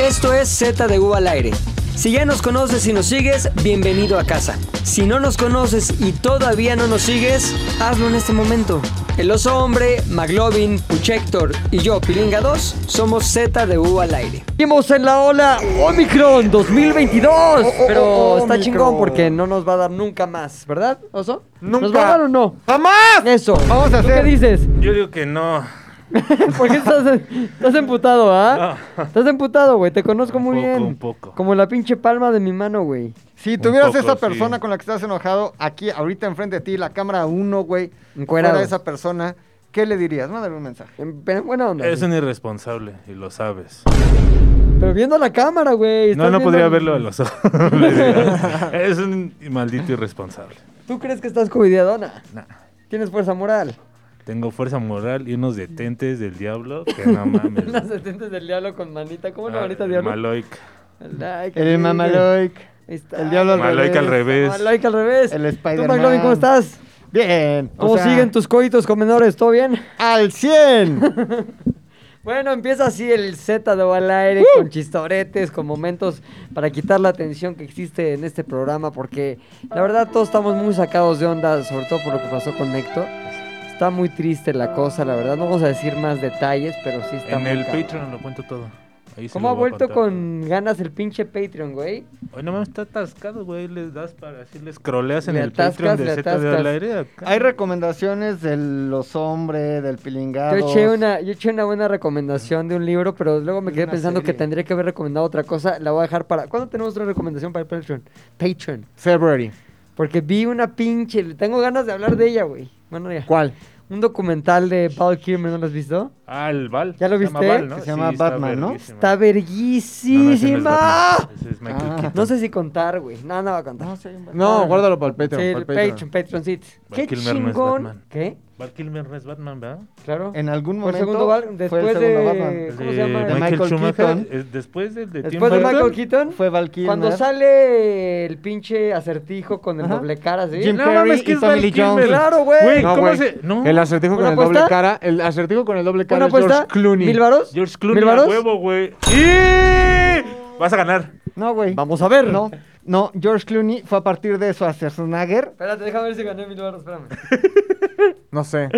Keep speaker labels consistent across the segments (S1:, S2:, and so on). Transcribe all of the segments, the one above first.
S1: Esto es Z de U al aire. Si ya nos conoces y nos sigues, bienvenido a casa. Si no nos conoces y todavía no nos sigues, hazlo en este momento. El oso hombre, Maglovin, Puchector y yo, Pilinga 2, somos Z de U al aire. Seguimos en la ola Omicron 2022.
S2: Oh,
S1: pero está
S2: Omicron.
S1: chingón porque no nos va a dar nunca más, ¿verdad, oso? ¿Nos
S2: Nunca.
S1: va a dar o no?
S2: ¡Jamás!
S1: Eso.
S2: Vamos a
S1: ¿Tú
S2: hacer-
S1: ¿Qué dices?
S3: Yo digo que no.
S1: ¿Por qué estás, estás emputado, ah? Estás emputado, güey. Te conozco
S3: Un
S1: muy
S3: poco,
S1: bien.
S3: un poco.
S1: Como la pinche palma de mi mano, güey.
S2: Si tuvieras
S3: poco,
S2: esa
S3: sí.
S2: persona con la que estás enojado aquí, ahorita enfrente de ti, la cámara uno, güey,
S1: Encuerado.
S2: fuera de esa persona, ¿qué le dirías? Mándale un mensaje.
S1: En- Pero buena onda.
S3: Eres
S1: güey.
S3: un irresponsable y lo sabes.
S1: Pero viendo la cámara, güey.
S3: No,
S1: estás
S3: no
S1: viendo-
S3: podría verlo a los ojos. Le diría, Eres un maldito irresponsable.
S1: ¿Tú crees que estás covidiadona?
S3: Nah.
S1: Tienes fuerza moral.
S3: Tengo fuerza moral y unos detentes del diablo que no mames.
S1: Unas detentes del diablo con manita. ¿Cómo una
S3: Ah,
S1: manita
S3: el
S1: diablo?
S3: Maloic.
S1: Ay, qué
S2: El
S1: lindo.
S2: mamaloic.
S1: Ahí está.
S2: El diablo al
S3: Maloic al
S2: revés.
S3: revés.
S1: Maloic al revés.
S2: El
S1: ¿Tú,
S2: Spider-Man.
S1: McLovin, cómo estás?
S2: Bien. o
S1: ¿Cómo
S2: sea,
S1: siguen tus coitos con menores? ¿Todo bien?
S2: Al 100.
S1: Bueno, empieza así el Z de O al aire con chistoretes, con momentos para quitar la tensión que existe en este programa, porque la verdad todos estamos muy sacados de onda, sobre todo por lo que pasó con Héctor. Está muy triste la cosa, la verdad. No vamos a decir más detalles, pero sí está
S3: En
S1: muy
S3: el
S1: cabrón.
S3: Patreon lo cuento todo. Ahí se
S1: ¿Cómo
S3: lo
S1: ha
S3: voy a
S1: vuelto
S3: contar.
S1: con ganas el pinche Patreon, güey?
S3: Hoy no mames, está atascado, güey. Les das para así, les croleas en
S1: Le
S3: el
S1: atascas,
S3: Patreon
S1: le
S3: de Z de
S1: atascas.
S3: al aire. acá.
S2: Hay recomendaciones de los hombres, del pilingado.
S1: Yo eché, una, yo eché una buena recomendación de un libro, pero luego me
S2: De
S1: quedé
S2: una
S1: pensando que
S2: serie.
S1: tendría que haber recomendado otra cosa. La voy a dejar para... ¿Cuándo tenemos otra recomendación para el Patreon? Patreon.
S2: February.
S1: Porque vi una pinche. le Tengo ganas de hablar de ella, güey. Bueno, ya.
S2: ¿Cuál?
S1: Un documental de Paul Kirmer, ¿no lo has visto?
S3: Ah, el Val.
S1: ¿Ya lo
S3: Se llama
S1: viste?
S3: Val, ¿no?
S2: Que se llama
S3: está
S2: Batman, ¿no?
S1: Está
S3: verguísima. No, no, ese no es
S1: verguísima.
S3: Batman, ese es Michael
S2: Ah.
S3: Keaton.
S1: No sé si contar, güey. No, no va a contar.
S2: No, guárdalo para el
S1: sí,
S2: Patreon. para
S1: el
S2: el Patreon.
S1: Patreon, Patreon sí.
S3: Val
S1: Qué
S3: Kilmer no es
S1: chingón.
S3: Batman.
S1: ¿Qué?
S3: Val Kilmer no es Batman, ¿verdad?
S1: Claro.
S2: En algún
S1: Fue el
S2: momento.
S1: segundo Val-
S2: fue el
S1: después
S2: segundo
S1: de.
S2: Batman.
S1: ¿Cómo
S3: El
S1: se
S3: de
S1: llama?
S2: De
S3: Michael,
S2: Michael
S3: Schumacher.
S2: Keaton.
S3: es después del de Tim
S1: Después de
S3: Burton.
S1: Michael Keaton.
S2: Fue Val Kilmer.
S1: Cuando sale el pinche acertijo con el
S2: Ajá.
S1: doble cara, ¿sí?
S2: Jim
S3: No
S2: Carrey
S3: mames, que
S2: y
S3: es
S2: Tommy
S3: Val
S2: Lee
S3: Kilmer.
S2: Jones.
S1: Claro, güey.
S3: Güey,
S1: No,
S3: ¿cómo
S2: güey.
S3: se...? No.
S4: El acertijo con
S1: ¿Una
S4: el doble
S1: apuesta?
S4: cara. El acertijo con el doble
S1: ¿Una
S4: cara es
S1: apuesta?
S4: George Clooney.
S1: pues ¿Mil varos?
S3: George Clooney
S1: ¿Mil
S3: a
S1: varos?
S3: huevo, güey. ¡Y! Vas a ganar.
S2: No, güey.
S1: Vamos a ver.
S2: No, no, George Clooney fue a partir de eso Schwarzenegger.
S1: Espérate, déjame ver si gané mil baros, espérame.
S4: No sé.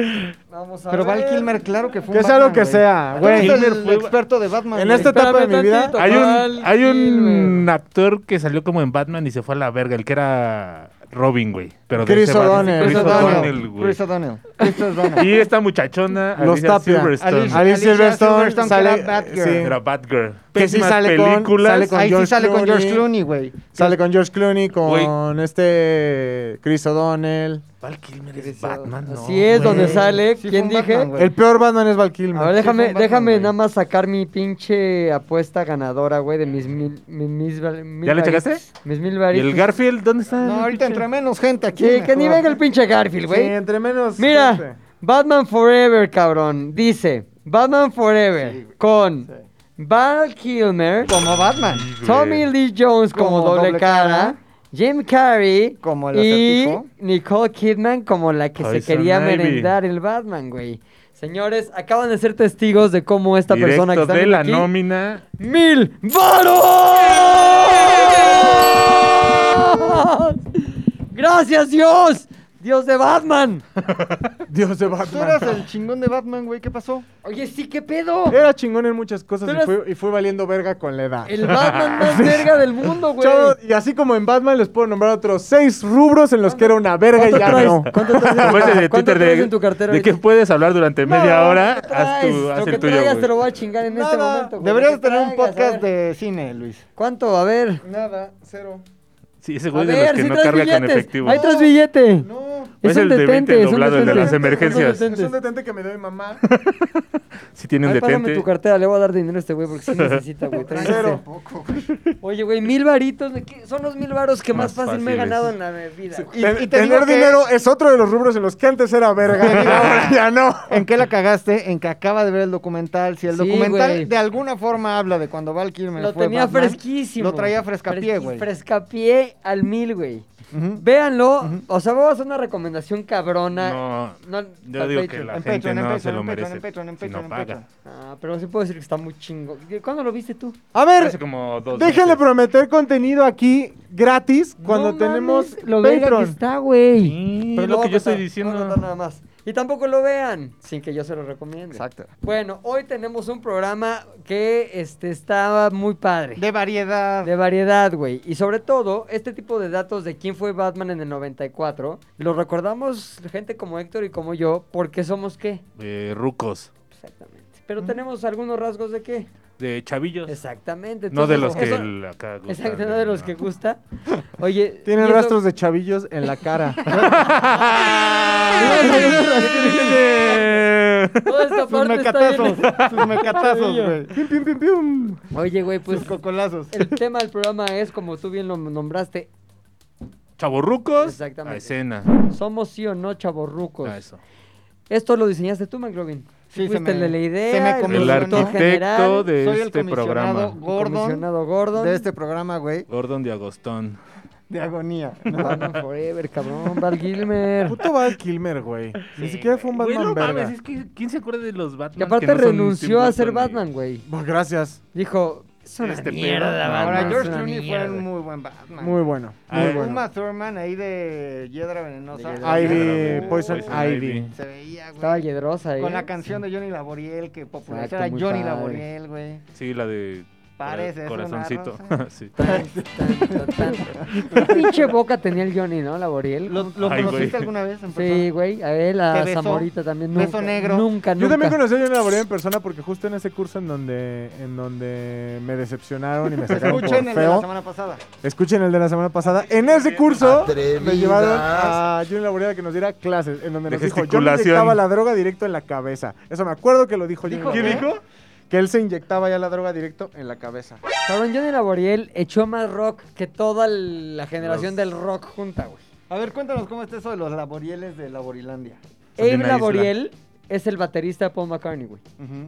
S1: Vamos a
S2: Pero
S1: ver.
S2: Val Kilmer, claro que fue un
S4: Que sea lo
S2: Batman,
S4: que
S2: güey.
S4: sea,
S2: Tú
S4: güey.
S2: eres el
S3: Kilmer fue-
S2: experto de Batman.
S4: En este
S2: güey.
S4: esta etapa de mi vida,
S3: Hay
S1: Val
S3: un, hay un
S1: Kilmer.
S3: actor que salió como en Batman y se fue a la verga, el que era Robin, güey. Pero de
S4: Chris
S3: ese Batman.
S4: O'Donnell.
S3: Chris
S2: Chris
S3: O'Donnell,
S2: O'Donnell.
S3: güey.
S2: Chris O'Donnell. Chris O'Donnell.
S3: Y esta muchachona,
S4: Los
S3: Alicia
S4: Tapia.
S3: Silverstone.
S2: Alicia-
S4: Alice Silverstone
S2: Silverstone, que
S4: sale.
S2: era Batgirl.
S4: sí.
S3: Era Batgirl.
S4: Que sí
S3: Pésimas
S4: sale con-
S3: películas.
S4: sale con
S2: Ahí sí
S4: George
S2: sale con George
S4: Clooney.
S2: Clooney, güey.
S4: Sale con George Clooney,
S3: Güey.
S4: con este Chris O'Donnell.
S3: Val Kilmer
S1: Chris
S3: es Batman,
S1: O'Donnell.
S3: ¿no?
S1: Así es, donde
S3: güey.
S1: sale,
S2: Sí fue
S1: ¿quién
S2: un
S1: dije?
S2: Batman, güey.
S4: El peor Batman es Val Kilmer.
S1: A ver, déjame,
S2: Batman,
S1: déjame
S2: güey.
S1: nada más sacar mi pinche apuesta ganadora, güey, de mis mil, mi- mis, val- mil
S3: ¿Ya le
S1: varitos.
S3: checaste?
S1: Mis mil
S3: ¿Y
S1: varitos.
S3: el Garfield? ¿Dónde está?
S2: No, ahorita entre menos gente aquí.
S1: Sí, que ni
S2: mejor.
S1: venga el pinche Garfield,
S4: Sí,
S1: güey.
S4: entre menos.
S1: Mira,
S4: gente.
S1: Batman Forever, cabrón. Dice, Batman Forever con Val Kilmer,
S2: Como Batman.
S3: güey.
S1: Tommy Lee Jones como, doble, cara, Jim Carrey
S2: Como el
S1: y
S2: acertijo.
S1: Nicole Kidman como la que se
S3: Poison
S1: quería
S3: Ivy.
S1: merendar el Batman, güey. Señores, acaban de ser testigos de cómo esta
S3: Directo
S1: persona que está
S3: de
S1: viendo
S3: la
S1: aquí-
S3: nómina.
S1: ¡Mil varos! ¡Gracias, Dios! ¡Dios de Batman!
S4: Dios de
S2: Tú eras
S4: Batman.
S2: el chingón de Batman, güey. ¿Qué pasó?
S1: Oye, sí, ¿qué pedo?
S4: Era chingón en muchas cosas
S1: Tú
S4: y
S1: eras-
S4: fue, y fue valiendo verga con la edad.
S1: El Batman más verga del mundo, güey.
S4: Chavos, y así como en Batman les puedo nombrar otros seis rubros en los que era una verga y
S1: ¿Cuánto
S4: ya
S1: traes?
S4: no.
S1: Pues, ¿Cuánto traes en tu
S3: Como ese
S1: cartera?
S3: de
S1: ¿Cuánto
S3: Twitter
S1: traes
S3: de,
S1: en tu cartera?
S3: de que
S1: ahorita?
S3: puedes hablar durante media
S1: No,
S3: hora,
S1: ¿qué
S3: haz,
S1: traes?
S3: tu, haz
S1: Lo que
S3: el tuyo,
S1: traigas
S3: güey.
S1: te lo voy a chingar en este
S4: Nada.
S1: momento. güey. Lo
S2: Deberías
S1: que
S2: tener un
S1: traigas, a
S2: podcast
S1: ver.
S2: de cine, Luis.
S1: ¿Cuánto? A ver.
S4: Nada, cero.
S3: Sí, ese
S1: A
S3: güey es de los
S1: ver,
S3: que
S1: si
S3: no
S1: traes
S3: carga con
S1: billetes.
S3: efectivo.
S1: Ahí traes billete.
S4: No.
S3: Es el de 20
S1: es un
S3: doblado, el de
S1: detente.
S3: las emergencias.
S1: Es un detente.
S4: detente que me dio mi mamá.
S3: Si tiene un
S1: Ay, pásame
S3: detente.
S1: tu cartera, le voy a dar dinero a este güey porque sí necesita, güey. Trae
S4: Cero.
S1: este. Oye, güey, mil varitos. ¿de qué? Son los mil varos que más,
S3: Más
S1: fácil me he
S3: fáciles.
S1: ganado en la vida. güey.
S2: Y,
S4: Ten-
S2: y te digo
S4: tener
S2: que-
S4: dinero es otro de los rubros en los que antes era verga y ahora ya no.
S2: ¿En qué la cagaste? En que acaba de ver el documental. Si el
S1: Sí,
S2: documental
S1: güey.
S2: de alguna forma habla de cuando Val Kilmer
S1: Lo
S2: fue
S1: tenía
S2: Batman,
S1: fresquísimo.
S2: Lo traía frescapié,
S1: Fresqui-
S2: güey.
S1: Frescapié al mil, güey. Véanlo. O sea, vamos a hacer una recomendación cabrona.
S3: No, yo
S1: al
S3: digo
S1: Patreon.
S3: que la
S2: En
S3: gente
S2: Patreon, en
S3: no se
S2: Patreon,
S3: lo
S2: en
S3: merece.
S2: Patreon, en Patreon, en
S3: si no
S2: Patreon, en
S3: paga.
S1: Ah, pero sí puedo decir que está muy chingo. ¿Cuándo lo viste tú?
S4: A
S3: Hace
S4: ver,
S3: como dos
S4: déjenle
S2: eh,
S3: meses.
S4: prometer contenido aquí gratis cuando
S1: No
S4: tenemos
S1: mames, lo verga que
S4: Patreon.
S1: está, güey.
S3: Sí,
S1: Pero
S3: es
S1: no
S3: lo
S1: voy
S3: que
S1: a
S3: yo estoy
S1: contar, no voy a
S3: diciendo.
S1: contar nada más. Y tampoco lo vean sin que yo se lo recomiende.
S2: Exacto.
S1: Bueno, hoy tenemos un programa que este, estaba muy padre.
S2: De variedad.
S1: De variedad, güey. Y sobre todo, este tipo de datos de quién fue Batman en el 94, lo recordamos gente como Héctor y como yo, porque somos qué.
S3: De rucos.
S1: Exactamente. Pero tenemos algunos rasgos de qué.
S3: De chavillos.
S2: Pues,
S1: Exactamente.
S3: No de los
S1: Entonces,
S3: que
S1: eso-
S3: el- acá gustan,
S1: Exacto, no de los que gusta. Oye.
S4: Tienen
S1: y eso-
S4: rastros de chavillos en la cara.
S1: Toda esta
S2: Sus
S1: parte está
S2: mecatazos.
S1: bien-
S2: Sus mecatazos, güey. Pim, pim, pim, pim.
S1: Oye, güey, pues
S2: Sus cocolazos.
S1: el tema del programa es, como tú bien lo nombraste,
S3: Chavorrucos
S1: Exactamente.
S3: a escena.
S1: somos sí o no chaborrucos.
S3: Ah, eso.
S1: Esto lo diseñaste tú, McLovin.
S2: Sí, se
S1: Fuiste
S2: me-
S1: el de la idea.
S2: se me
S1: el
S2: convenció. Comisionado
S3: El
S1: director
S3: arquitecto
S1: general,
S3: de
S2: Soy el
S3: este
S2: comisionado
S3: programa.
S2: Gordon
S1: Comisionado Gordon.
S2: de este programa, güey.
S3: Gordon de Agostón.
S2: De agonía.
S1: Batman Forever, cabrón. Val Gilmer.
S4: Puto Val Kilmer, güey. Ni siquiera fue un
S3: Güey,
S4: Batman
S3: no
S4: verga.
S3: mames, es que ¿quién se acuerda de los Batman?
S1: Que aparte
S3: no son Tim
S1: renunció a
S3: Burton
S1: ser
S3: y-
S1: Batman, güey.
S4: Bueno, gracias.
S1: Dijo, es una
S3: Este
S1: mierda,
S3: pedo.
S1: Batman.
S2: Ahora,
S3: no,
S1: es
S2: George
S1: una
S2: Clooney fue
S1: mierda".
S2: un muy buen Batman.
S4: Muy bueno.
S3: Ah,
S4: Muy
S2: Muy
S4: bueno.
S2: Uma Thurman ahí de Hiedra Venenosa.
S1: De Hiedra
S4: Ivy,
S3: Venenosa.
S4: Poison Ivy.
S2: Se veía,
S1: Estaba
S2: güey.
S1: yedrosa, eh.
S2: Con la canción de Johnny Laboriel que popularizó
S1: Exacto,
S2: era
S1: muy
S2: Johnny
S1: padre.
S2: Laboriel, güey.
S3: Sí, la de eh,
S2: Parece, es una
S3: corazoncito.
S2: rosa.
S3: sí.
S1: Tan, tan, tan, tan. ¿Qué pinche boca tenía el Johnny, no? La Boriel.
S2: ¿Lo, lo
S3: Ay,
S2: conociste
S3: güey.
S2: alguna vez en persona?
S1: Sí, güey. A él, a
S2: ¿Te besó?
S1: Zamorita también. Nunca,
S2: ¿Beso negro?
S1: Nunca, nunca.
S4: Yo también conocí a Johnny Laboría en persona porque justo en ese curso en donde, en donde me decepcionaron y me sacaron por
S2: Escuchen el de la
S4: feo.
S2: semana pasada.
S4: Escuchen el de la semana pasada. En ese curso me llevaron a Johnny Laboría que nos diera clases en donde
S3: De
S4: nos dijo yo me
S3: gesticulación.
S4: inyectaba la droga directo en la cabeza. Eso me acuerdo que lo dijo. Johnny
S2: ¿Dijo
S4: Laboría.
S2: qué?
S4: Que él se inyectaba ya la droga directo en la cabeza.
S1: Cabrón, Johnny Laboriel echó más rock que toda la generación
S3: Los-
S1: del rock junta, güey.
S2: A ver, cuéntanos cómo está eso de los laborieles de Laborilandia.
S3: Son de
S1: Abe
S3: una
S1: Laboriel es el baterista de Paul McCartney, güey.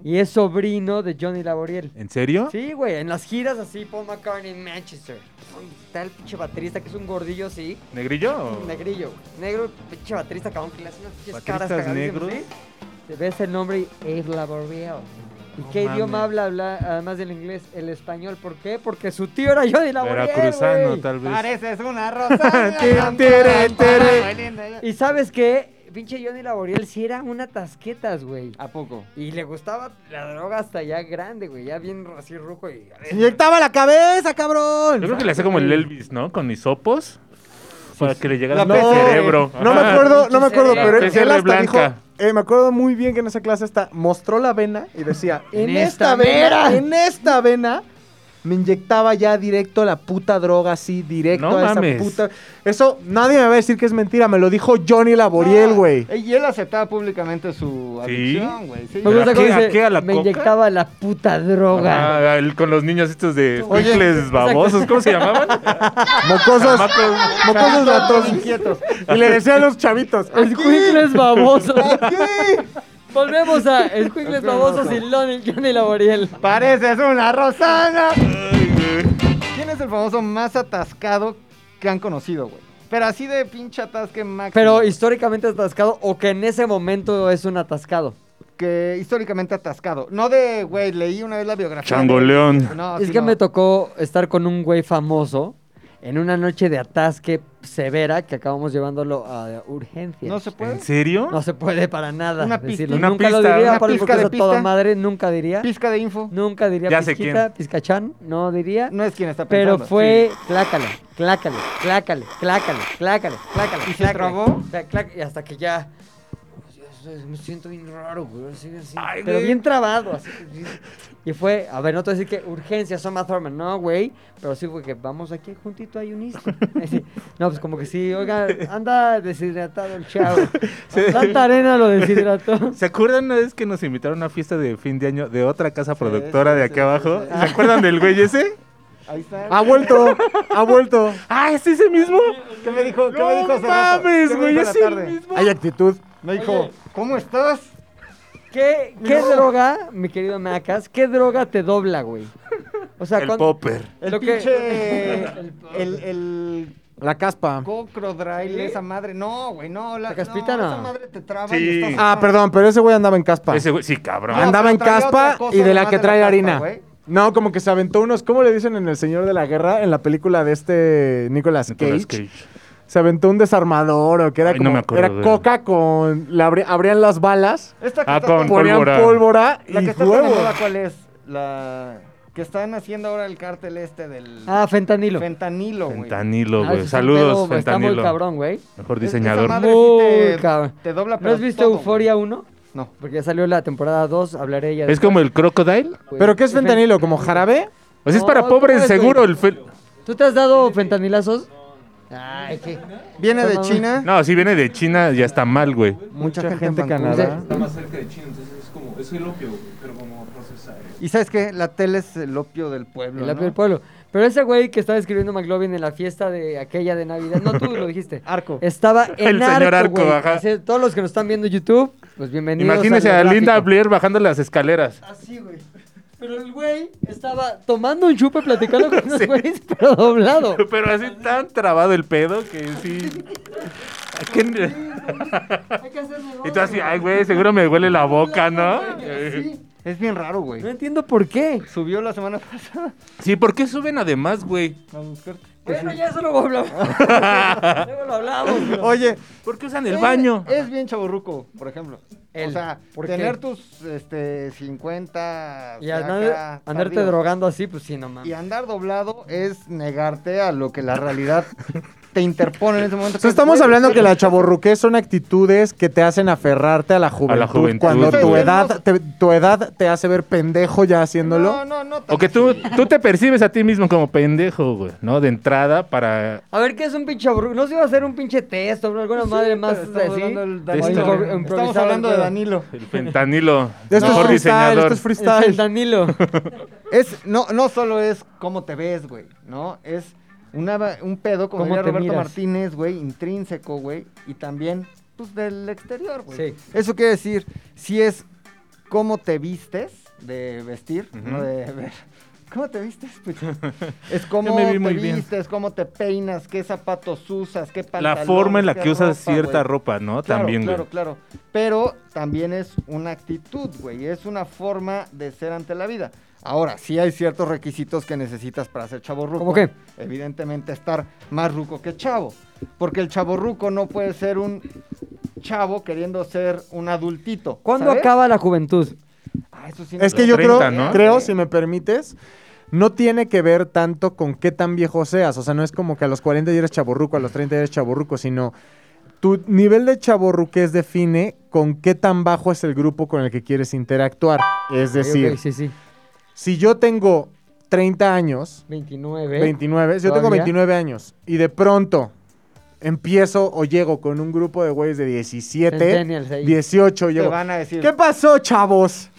S1: Y es sobrino de Johnny Laboriel.
S3: ¿En serio?
S1: Sí, güey, en las giras así, Paul McCartney en Manchester. Uy, Está el pinche baterista que es un gordillo así,
S3: ¿Negrillo? o-
S1: negrillo, güey. Negro, pinche baterista, cabrón, que le hace unas pinches caras
S3: ¿Bateristas
S1: cagadísimas,
S3: negros?
S1: ¿sí? Te ves el nombre y Abe Laboriel. ¿Y
S3: No
S1: qué idioma
S3: mames.
S1: habla, habla, además del inglés? El español. ¿por qué? Porque su tío era Johnny Laboriel,
S3: Veracruzano,
S1: güey.
S3: tal vez.
S2: Pareces una rosa.
S4: Pues, Tin, tere, tere.
S2: ¿eh?
S1: Y sabes qué, pinche Johnny Laboriel sí era una tasquetas, güey.
S2: ¿A poco?
S1: Y le gustaba la droga hasta ya grande, güey. Ya bien así ruco y. a ver,
S4: ¡Se inyectaba la cabeza,
S3: Yo
S4: cabrón!
S3: creo que le hacía como el Elvis, ¿no? Con hisopos. Para que le llegara
S4: La
S3: hasta el
S4: PC.
S3: cerebro.
S4: No me
S3: Ajá.
S4: acuerdo, no me acuerdo,
S1: La
S4: pero él,
S3: PCR
S4: él hasta dijo...
S3: blanca.
S4: eh, me acuerdo muy bien que en esa clase hasta mostró la vena y decía,
S1: En
S4: en,
S1: esta
S4: esta, vena,
S1: mera".
S4: en esta vena, me inyectaba ya directo la puta droga, así, directo
S3: No
S4: a esa
S3: mames.
S4: puta... Eso nadie me va a decir que es mentira, me lo dijo Johnny Laboriel, güey.
S2: Y él aceptaba públicamente su
S3: Sí.
S2: adicción, güey. Sí.
S1: Me
S4: Pues,
S3: ¿Pero
S1: gusta
S3: a
S1: cómo
S3: qué- a
S1: dice,
S3: qué, a la
S1: Me
S3: coca?
S1: inyectaba la puta droga.
S3: Ah, el- con los niños estos de
S2: Oye,
S3: picles babosos, ¿cómo se llamaban?
S4: Mocosos,
S3: Chamacos.
S4: mocosos
S2: Todos
S4: latosos.
S2: inquietos.
S4: Y le decía a los chavitos,
S1: Escuincles babosos.
S4: "Aquí".
S1: Volvemos a Escuincles babosos y Lonnie, Johnny Laboriel.
S2: Pareces una rosana. ¿Quién es el famoso más atascado que han conocido, güey? Pero así de pinche atasque máximo.
S1: Pero
S2: güey.
S1: históricamente atascado o que en ese momento es un atascado.
S2: que históricamente atascado. No de, güey, leí una vez la biografía.
S3: Changoleón.
S2: No,
S1: es
S2: sí,
S1: que
S2: no.
S1: me tocó estar con un güey famoso en una noche de atasque severa que acabamos llevándolo a urgencias.
S2: No se puede.
S3: ¿En serio?
S1: No se puede para nada.
S2: Una
S1: decirlo.
S2: pista.
S3: Una
S1: nunca lo
S3: pista,
S1: diría,
S2: una
S1: Pablo,
S2: pizca
S1: porque
S2: de
S1: es a toda
S2: pista.
S1: madre, nunca diría.
S2: Pizca de info.
S1: Nunca diría
S3: Ya sé
S1: pizquita,
S3: quién.
S1: pizcachán, no diría.
S2: No es quien está pensando.
S1: pero fue clácale, clácale, clácale, clácale, clácale, clácale.
S2: ¿Y se
S1: clácale,
S2: trabó?
S1: cla- clac- y hasta que ya. Me siento bien raro, güey. así, así,
S3: Ay,
S1: pero
S3: güey.
S1: bien trabado. así. Y fue, a ver, no te voy a decir que urgencia, Soma Thurman. No, güey. Pero sí fue que vamos aquí juntito a un No, pues como que sí, oiga, anda deshidratado el chavo. Tanta arena lo deshidrató.
S3: ¿Se acuerdan una vez que nos invitaron a una fiesta de fin de año de otra casa productora
S2: sí,
S3: de
S2: sí,
S3: aquí abajo?
S2: sí, sí.
S3: ¿Se acuerdan del güey ese?
S2: Ahí está.
S4: Ha vuelto, ha vuelto.
S3: Ah, ¿es ese mismo?
S2: ¿Qué me dijo? ¿Qué me dijo hace
S3: No
S2: rato? ¿Qué
S3: mames,
S2: me
S3: güey,
S2: dijo en
S3: es
S2: la
S3: el
S2: tarde?
S3: mismo.
S4: Hay actitud.
S2: Me dijo,
S1: Oye.
S2: ¿cómo estás?
S1: ¿Qué, qué droga, mi querido Macas, qué droga te dobla, güey? O sea,
S3: El
S1: cuan-
S3: popper.
S2: El
S1: Lo que-
S2: pinche. el, el
S4: La caspa.
S2: Cocrodrile, esa madre. No, güey, no. La,
S1: ¿La caspita
S2: no,
S1: no?
S2: Esa madre te traba
S3: Sí.
S2: y estás-
S4: Ah, perdón, pero ese güey andaba en caspa.
S3: Ese güey, sí, cabrón.
S2: No,
S4: Andaba
S2: pero
S4: en
S2: traía
S4: caspa
S2: otra cosa
S4: y de la
S2: además
S4: que
S2: de la
S4: trae
S2: caspa,
S4: harina.
S2: güey.
S4: No, como que se aventó unos, ¿cómo le dicen en El Señor de la Guerra? En la película de este Nicolas Cage.
S3: Nicolas Cage.
S4: Se aventó un desarmador o que era
S3: Ay,
S4: como
S3: no me acuerdo
S4: era
S3: de-
S4: coca con la abri- abrían las balas,
S2: Esta que
S3: Ah,
S2: estás
S3: con-
S2: tomando-
S4: ponían
S3: pólvora.
S4: pólvora,
S2: La
S4: y
S2: que está tan de
S4: huevo.
S2: moda, ¿cuál es? La que están haciendo ahora el cártel este del
S1: Ah, fentanilo.
S2: fentanilo, Oh, güey.
S3: Fentanilo,
S1: Ah,
S3: güey.
S1: ese es un
S3: Saludos,
S1: pedo, Está muy
S3: Fentanilo.
S1: cabrón, güey.
S3: Mejor
S2: Es que esa
S3: diseñador.
S2: madre sí te-
S1: Muy cabrón.
S2: Te dobla,
S1: ¿No
S2: pero
S1: has visto
S2: todo, güey.
S1: Euforia 1?
S2: No.
S1: Porque ya salió la temporada 2, hablaré ya
S3: ¿Es como el Crocodile?
S1: después.
S4: ¿Pero qué es
S1: El fen-
S4: fentanilo? ¿Como jarabe?
S3: O sea, es
S1: No,
S3: para
S1: ¿cómo
S3: pobres,
S1: ves, güey?
S3: seguro. El fel-
S1: ¿Tú te has dado fentanilazos? Ay, qué.
S2: Viene de
S1: No, no,
S2: China.
S3: No, si viene de China, ya está mal, güey.
S2: Mucha, gente, en
S4: canadá.
S2: Vancouver.
S1: Entonces,
S5: Está más cerca de China, entonces es como, es el opio, güey, pero como procesado.
S2: Y sabes qué? La tele es el opio del pueblo.
S1: El
S2: ¿no?
S1: apio del pueblo. Pero ese güey que estaba escribiendo McLovin en la fiesta de aquella de Navidad, no tú lo dijiste.
S2: Arco.
S1: Estaba en
S3: Ah, El señor Arco,
S1: güey.
S3: ajá.
S1: Así, todos los que nos están viendo en YouTube, pues bienvenidos.
S3: Imagínese
S1: al
S3: a Linda
S1: gráfico.
S3: Blair bajando las escaleras.
S1: Así, güey. Pero el güey estaba tomando un chupe, platicando con unos güeyes, pero doblado.
S3: Pero así tan trabado el pedo que sí. ¿Qué-
S1: Hay que hacerle
S3: Y tú así, ay, güey, seguro me huele la boca, ¿no?
S2: Es bien raro, güey.
S3: ah.
S1: No entiendo por qué.
S2: Subió la semana pasada.
S3: Sí, ¿por qué suben además, güey?
S2: Pues
S1: Bueno, ya eso lo hablamos. Luego lo hablamos. pero-
S2: Oye,
S3: ¿Por qué
S1: Eh,
S3: usan el baño?
S2: Es bien chaborruco, por ejemplo.
S1: Él.
S2: O sea,
S1: ¿Por qué?
S2: tener tus este, 50.
S1: Y
S2: acá,
S1: andar- andarte
S2: tardíos.
S1: drogando así, pues sí, no mames.
S2: Y andar doblado es negarte a lo que la realidad te interpone en ese momento.
S4: O sea, estamos hablando que la chaborruquez son actitudes que te hacen aferrarte a la juventud,
S3: juventud,
S4: cuando
S3: güey.
S4: tu edad, te, tu edad te hace ver pendejo ya haciéndolo.
S2: No, no, no.
S3: O que tú, tú te percibes a ti mismo como pendejo, güey, ¿no? De entrada para...
S1: A ver, ¿qué es un pinche aburrido? No se iba a hacer un pinche test o alguna madre más
S2: Estamos
S1: así.
S2: hablando del
S3: De este esto.
S2: Danilo.
S1: Impro-
S2: Estamos
S1: improvisado
S2: hablando
S1: el
S2: de
S1: pedo.
S2: Danilo.
S3: El fentanilo.
S4: Esto
S3: mejor
S4: es freestyle,
S3: diseñador.
S4: esto es
S1: El
S4: freestyle.
S1: Danilo.
S2: Es, no, no solo es cómo te ves, güey, ¿no? Es una, va- un pedo, como
S1: ¿Cómo
S2: diría
S1: te
S2: Roberto
S1: miras?
S2: Martínez, güey, intrínseco, güey, y también, pues, del exterior, güey.
S1: Sí.
S2: Eso quiere decir, si es cómo te vistes de vestir, no
S3: Ujú.
S2: de ver. ¿Cómo te vistes? pucho? es cómo
S3: me vi
S2: te
S3: muy bien.
S2: vistes, cómo te peinas, qué zapatos usas, qué pantalones.
S3: La forma en la
S2: qué
S3: que usas
S2: ropa,
S3: cierta
S2: güey.
S3: ropa, ¿no?
S2: Claro,
S3: También, güey.
S2: claro, claro. Pero también es una actitud, güey. Es una forma de ser ante la vida. Ahora, sí hay ciertos requisitos que necesitas para ser chavo ruco.
S1: ¿Cómo qué?
S2: Evidentemente estar más ruco que chavo. Porque el chavo ruco no puede ser un chavo queriendo ser un adultito.
S1: ¿Cuándo
S2: ¿sabes?
S1: acaba la juventud?
S2: Ah, eso sí no
S4: Es
S2: sé.
S4: que yo
S3: 30,
S4: creo,
S3: ¿no?
S4: creo, si me permites, no tiene que ver tanto con qué tan viejo seas. O sea, no es como que a los 40 ya eres chaborruco, a los 30 ya eres chaborruco, sino tu nivel de chaborruquez define con qué tan bajo es el grupo con el que quieres interactuar. Es decir,
S1: Ok, ok, sí, sí.
S4: si yo tengo 30 años,
S1: 29.
S4: 29, si yo tengo
S1: ¿Todavía?
S4: 29 años y de pronto empiezo o llego con un grupo de güeyes de 17,
S1: Centennials ahí.
S4: 18,
S2: Te
S4: llego.
S2: van a decir.
S4: ¿Qué pasó, chavos?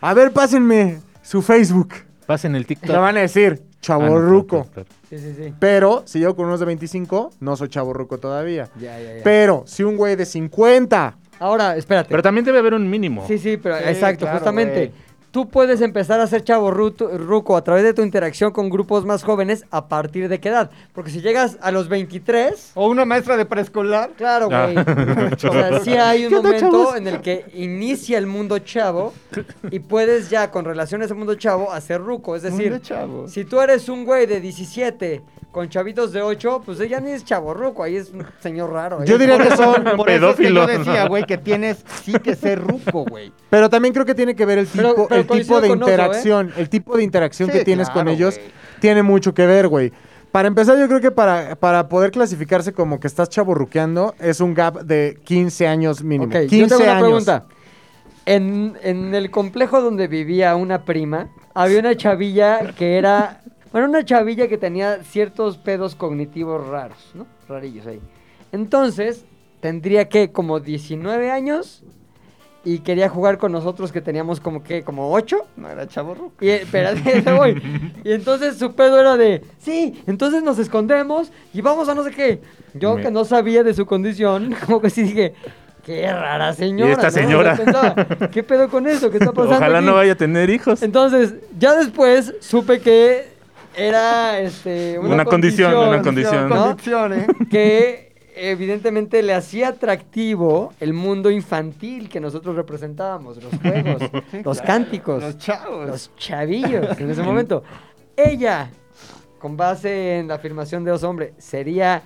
S4: A ver, pásenme su Facebook.
S3: Pasen el
S4: Te
S3: TikTok.
S4: van a decir,
S3: Ah, no,
S4: chavorruco.
S3: claro, claro.
S1: Sí, sí, sí.
S4: Pero si yo con unos de 25, no soy chavorruco todavía.
S1: Ya, ya, ya.
S4: Pero si un güey de 50,
S1: Ahora, espérate.
S3: Pero también debe haber un mínimo.
S1: Sí, sí, pero
S2: Sí,
S1: exacto,
S2: claro,
S1: justamente.
S2: güey.
S1: Tú puedes empezar a ser chavo ruto- ruco a través de tu interacción con grupos más jóvenes a partir de qué edad. Porque si llegas a los 23,
S2: O una maestra de preescolar.
S1: claro,
S3: Ah.
S1: güey. O sea, sí hay un
S4: ¿Qué onda,
S1: momento
S4: chavos?
S1: en el que inicia el mundo chavo y puedes ya con relación a ese mundo chavo hacer ruco. Es decir,
S2: Mundo chavo.
S1: si tú eres un güey de 17 con chavitos de 8, pues ya ni es chavo ruco, ahí es un señor raro. ahí
S4: yo
S1: es-
S4: diría que
S2: Por
S4: son.
S2: eso es que
S3: Pedófilo.
S2: yo decía, güey, que tienes sí que ser ruco, güey.
S4: Pero también creo que tiene que ver el tipo,
S1: Pero- pero
S4: el tipo
S1: coincido
S4: de
S1: con Oso, ¿eh?
S4: interacción. El tipo de interacción
S2: Sí,
S4: que tienes con
S2: claro,
S4: ellos
S2: güey.
S4: tiene mucho que ver, güey. Para empezar, yo creo que para, para poder clasificarse como que estás chaborruqueando es un gap de 15 años mínimo.
S1: Ok,
S4: 15
S1: yo tengo una
S4: años.
S1: pregunta. En, en el complejo donde vivía una prima, había una chavilla que era. Bueno, una chavilla que tenía ciertos pedos cognitivos raros, ¿no? Rarillos ahí. Entonces, tendría que como 19 años y quería jugar con nosotros que teníamos como que, como 8.
S2: No era chavo ruco.
S1: Y, espérate, ahí voy. Y entonces su pedo era de, sí, entonces nos escondemos y vamos a no sé qué. Yo
S3: Me-
S1: que no sabía de su condición, como que sí dije, qué rara señora.
S3: esta
S1: ¿no? O sea,
S3: señora.
S1: pensaba, ¿Qué pues, pedo con eso? ¿Qué está pasando?
S3: Ojalá no
S1: aquí?".
S3: vaya a tener hijos.
S1: Entonces, ya después supe que era este,
S3: Una condición, una
S2: Condición,
S3: condición.
S1: ¿no?
S2: condición, ¿eh?
S1: que evidentemente le hacía atractivo el mundo infantil que nosotros representábamos, los juegos,
S2: Sí,
S1: los
S2: claro,
S1: cánticos,
S2: Los chavos.
S1: los chavillos en ese momento. Ella, con base en la afirmación de dos hombres, sería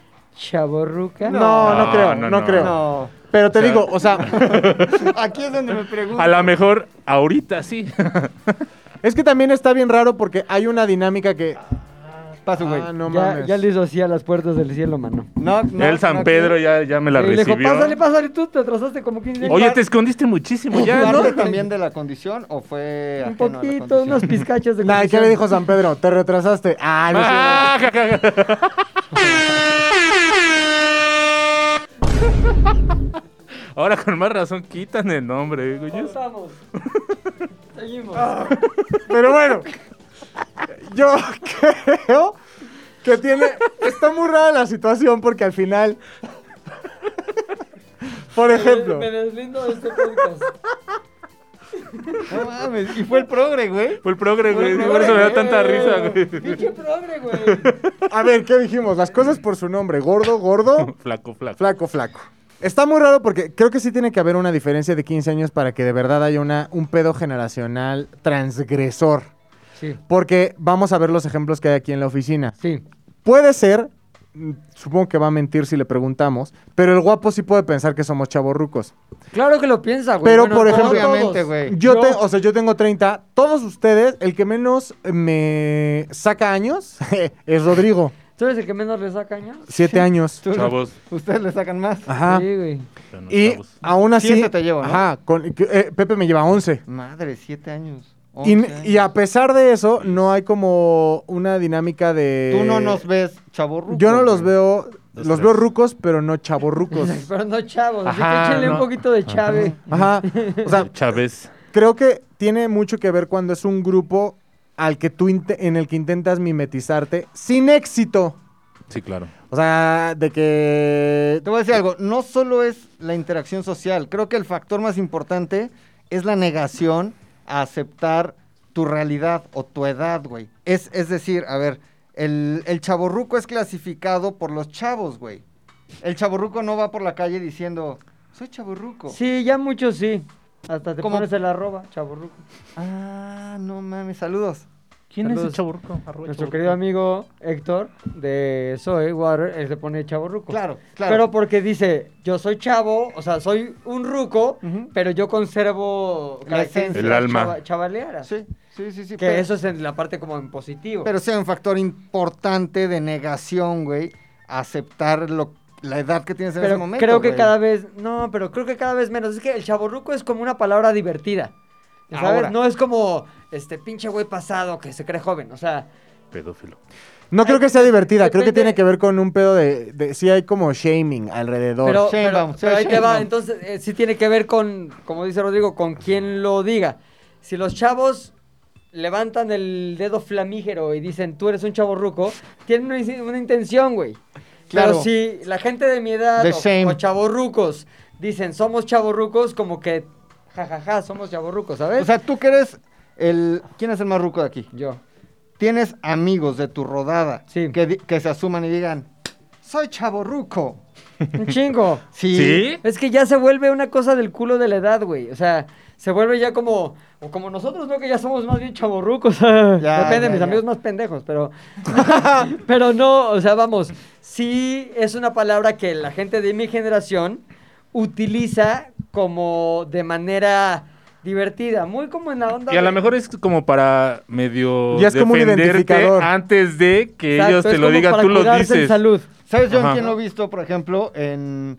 S1: chaborruca.
S4: No, no,
S3: No,
S4: creo, no,
S3: no, no.
S4: creo.
S2: No.
S4: Pero te
S3: O sea-
S4: digo, o sea,
S2: Aquí es donde me pregunto.
S3: A lo mejor ahorita sí.
S4: es que también está bien raro porque hay una dinámica que.
S2: Paso, güey.
S4: Ah, no
S1: ya,
S4: mames.
S1: ya le hizo así a las puertas del cielo, mano.
S2: Knock, knock,
S3: el San
S2: knock,
S3: Pedro
S2: knock.
S3: ya, ya me la
S1: Y le dijo,
S3: recibió.
S1: pásale, pásale, tú te atrasaste como 15 años.
S3: Oye, te escondiste muchísimo ya, ¿no?
S2: ¿Parte también de la condición o fue
S1: Un
S2: ajeno a la
S1: poquito,
S2: condición?
S1: unos pizcachos de
S4: Nah, ¿Qué
S1: condición.
S4: le dijo San Pedro? Te retrasaste. Ah, no sé.
S3: Ah, ja, ja, ja. Ahora con más razón quitan el nombre, güey.
S1: Cortamos. Seguimos.
S4: Pero bueno, yo creo que tiene. Está muy rara la situación porque al final. Por ejemplo,
S1: Me deslindo de este podcast.
S2: No mames, y fue el progre, güey.
S3: Fue el progre, güey.
S2: progre,
S3: Por eso me da
S2: güey.
S3: tanta risa, güey.
S1: Pinche progre, güey.
S4: a ver, ¿qué dijimos? Las cosas por su nombre: gordo, gordo,
S3: Flaco, flaco.
S4: flaco, flaco. Está muy raro porque creo que sí tiene que haber una diferencia de 15 años para que de verdad haya una, un pedo generacional transgresor.
S1: Sí,
S4: Porque vamos a ver los ejemplos que hay aquí en la oficina.
S1: sí.
S4: Puede ser, mm, supongo que va a mentir si le preguntamos, pero el guapo sí puede pensar que somos chavorrucos.
S1: Claro que lo piensa, güey.
S4: Pero,
S1: Pues Bueno,
S4: por
S1: no
S4: ejemplo-
S1: todos.
S2: Obviamente, güey.
S4: Yo,
S1: Yo-
S4: te- o sea, yo tengo 30. Todos ustedes, el que menos me saca años es Rodrigo.
S1: ¿Tú eres el que menos le saca años?
S4: Siete años.
S2: Tú-
S3: Chavos.
S2: Ustedes le sacan más.
S4: Ajá.
S1: Sí, güey.
S3: son los
S4: Y
S3: chavos.
S4: aún así.
S2: Siete te llevo, ¿no?
S4: Ajá. con- que, eh, Pepe me lleva 11.
S2: Madre, siete años.
S4: Y,
S2: once años.
S4: y a pesar de eso, no hay como una dinámica de.
S2: Tú no nos ves, chavo ruco,
S4: Eh, Yo no los
S2: güey.
S4: veo.
S3: Los
S4: los veo
S3: tres.
S4: rucos, pero no chavorrucos.
S1: Pero no chavos, así
S3: Ajá,
S1: que échenle un
S3: no.
S1: poquito de chave.
S4: Ajá. O sea,
S3: Chávez.
S4: creo que tiene mucho que ver cuando es un grupo al que tú inte- en el que intentas mimetizarte sin éxito.
S3: Sí, claro.
S4: O sea, de que.
S2: Eh, Te voy a decir algo, no solo es la interacción social, creo que el factor más importante es la negación a aceptar tu realidad o tu edad, güey. Es, es decir, a ver, el, el chaborruco es clasificado por los chavos, güey. El chaborruco no va por la calle diciendo, soy chaborruco.
S1: Sí, ya muchos sí. Hasta te
S2: Como-
S1: pones el arroba, chaborruco.
S2: Ah, no mames, saludos.
S3: ¿Quién
S1: Saludos.
S3: es el chaburruco?
S1: Nuestro querido amigo Héctor de Zoe Water, él se pone chaborruco.
S2: Claro, claro.
S1: Pero porque dice, yo soy chavo, o sea, soy un ruco,
S2: Ujú.
S1: pero yo conservo
S2: La esencia.
S1: características
S3: El alma.
S1: chava- chavalearas.
S2: sí, sí, sí, sí.
S1: Que
S2: pero-
S1: eso es en la parte como en positivo.
S2: Pero sea un factor importante de negación, güey, aceptar lo, la edad que tienes en
S1: Pero
S2: ese momento.
S1: creo que
S2: güey.
S1: cada vez, no, pero creo que cada vez menos. Es que el chaborruco es como una palabra divertida. ¿Sabes?
S2: Ahora.
S1: No es como este pinche güey pasado que se cree joven. O sea,
S3: Pedófilo.
S4: No creo que sea divertida, creo que
S1: Depende-
S4: tiene que ver con un pedo de, de. Sí, hay como shaming alrededor.
S1: pero,
S2: Shane
S1: pero-
S2: Baum,
S1: pero ahí
S2: Shane
S1: te va.
S2: Baum.
S1: Entonces, eh, sí tiene que ver con, como dice Rodrigo, con quien lo diga. Si los chavos levantan el dedo flamígero y dicen, tú eres un chaborruco, tienen una, in- una intención, güey.
S2: Claro.
S1: Pero si la gente de mi edad
S2: The
S1: o,
S2: shame.
S1: o chavorrucos dicen, somos chavorrucos, como que, jajaja, somos chavorrucos, ¿sabes?
S2: O sea, tú que eres el... ¿Quién es el más ruco de aquí?
S1: Yo.
S2: Tienes amigos de tu rodada
S1: Sí.
S2: que, di- que se asuman y digan, soy chavo ruco.
S1: Un chingo.
S2: Sí.
S3: ¿Sí?
S1: Es que ya se vuelve una cosa del culo de la edad, güey. O sea, se vuelve ya como. O como nosotros, ¿no? Que ya somos más bien chavorrucos.
S2: Ya,
S1: Depende,
S2: ya,
S1: mis
S2: ya.
S1: amigos más pendejos, pero. pero no, o sea, vamos. Sí es una palabra que la gente de mi generación utiliza como de manera divertida. Muy como en la onda.
S3: Y a lo
S1: de-
S3: mejor es como para medio
S4: Ya es como un
S3: defenderte
S4: identificador.
S3: antes de que
S1: Exacto,
S3: ellos te
S1: es
S3: lo
S1: como
S3: digan,
S1: para
S3: tú lo
S1: cuidarse en
S3: dices.
S1: salud.
S2: ¿Sabes yo en
S3: Ajá.
S2: quién lo he visto, por ejemplo, en,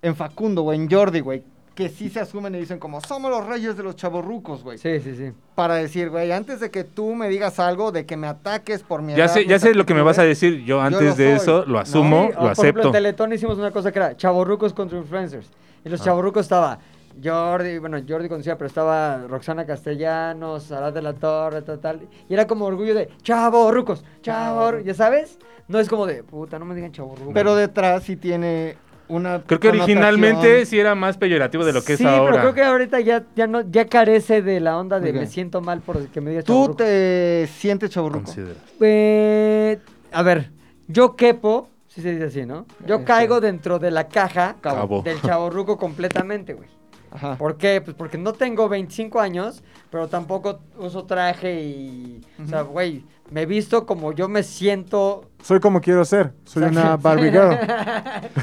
S2: en Facundo o en Jordi, güey? Que sí se asumen y dicen como, somos los reyes de los chavorrucos, güey.
S1: Sí, sí, sí.
S2: Para decir, güey, antes de que tú me digas algo, de que me ataques por mi
S3: Ya
S2: edad,
S3: sé, ya
S2: mis
S3: sé lo que me vas a
S2: actitudes,
S3: decir. Yo antes
S2: lo
S3: de
S2: soy.
S3: eso lo asumo,
S6: oh,
S1: Sí, o Por
S3: lo
S1: ejemplo, en
S3: acepto.
S1: Teletón hicimos una cosa que era chavorrucos contra influencers. Y
S3: Ah.
S1: los chavorrucos estaba Jordi, bueno, Jordi conocía, pero estaba Roxana Castellanos, Sara de la Torre, tal, tal. Y era como orgullo de chavorrucos, chavor, ya sabes. No es como de, puta, no me digan chavorrucos.
S2: Pero detrás sí tiene una
S3: Creo que originalmente
S2: connotación.
S3: sí era más peyorativo de lo que
S6: sí,
S3: es ahora.
S6: pero creo que ahorita ya, ya, no, ya carece de la onda de
S2: Ok.
S6: me siento mal por que me digas
S2: Tú
S6: chavorruco.
S2: te sientes chaburruco.
S3: Considera.
S6: Eh, a ver, yo quepo, si se dice así, ¿no? Yo
S2: Eso.
S6: caigo dentro de la caja
S3: Eh, Cabo.
S6: del chavorruco completamente, güey.
S2: Ajá.
S6: ¿Por qué? Pues porque no tengo 25 años, pero tampoco uso traje y... O sea, güey, me visto como yo me siento...
S4: Soy como quiero ser. Soy una Barbie girl.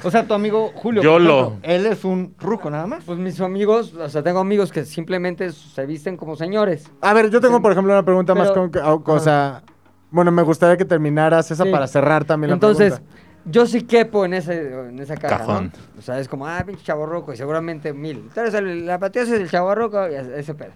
S2: O sea, tu amigo Julio. por
S3: Yolo.
S2: ejemplo, Él es un ruco nada más.
S6: Pues mis amigos, o sea, tengo amigos que simplemente se visten como señores.
S4: A ver, yo tengo, por ejemplo, una pregunta más
S6: Pero-
S4: con, o- o sea, Bueno, me gustaría que terminaras esa
S6: Sí.
S4: para cerrar también la
S6: Entonces,
S4: pregunta.
S6: yo sí quepo en, ese, en esa caja,
S3: Cajón.
S6: ¿no? O sea, es como, ah, pinche chaborroco, y seguramente mil. Tú eres el, la pateas es el chaborroco, y ese pedo.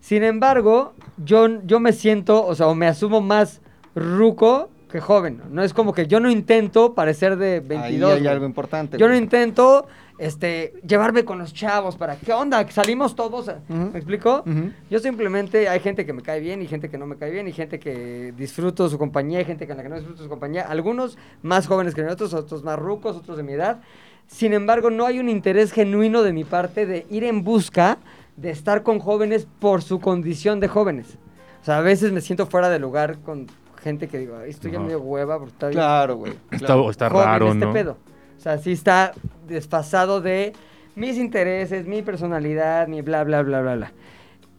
S6: Sin embargo, yo, yo me siento, o sea, o me asumo más ruco que joven. No es como que yo no intento parecer de 22.
S2: Ahí hay
S6: güey.
S2: algo importante.
S6: Yo no
S2: güey.
S6: intento este, llevarme con los chavos para qué onda, que salimos todos.
S2: Ujú.
S6: ¿Me explico?
S2: Ujú.
S6: Yo simplemente hay gente que me cae bien y gente que no me cae bien y gente que disfruto su compañía y gente con la que no disfruto su compañía. Algunos más jóvenes que nosotros, otros más rucos, otros de mi edad. Sin embargo, no hay un interés genuino de mi parte de ir en busca de estar con jóvenes por su condición de jóvenes. O sea, a veces me siento fuera de lugar con gente que digo, "Ay, estoy ya
S3: Ajá.
S6: medio hueva porque está bien
S2: Claro, güey.
S3: Está, está
S6: joven
S3: raro,
S6: este
S3: ¿no?
S6: pedo. O sea, sí está desfasado de mis intereses, mi personalidad, mi bla, bla, bla, bla, bla.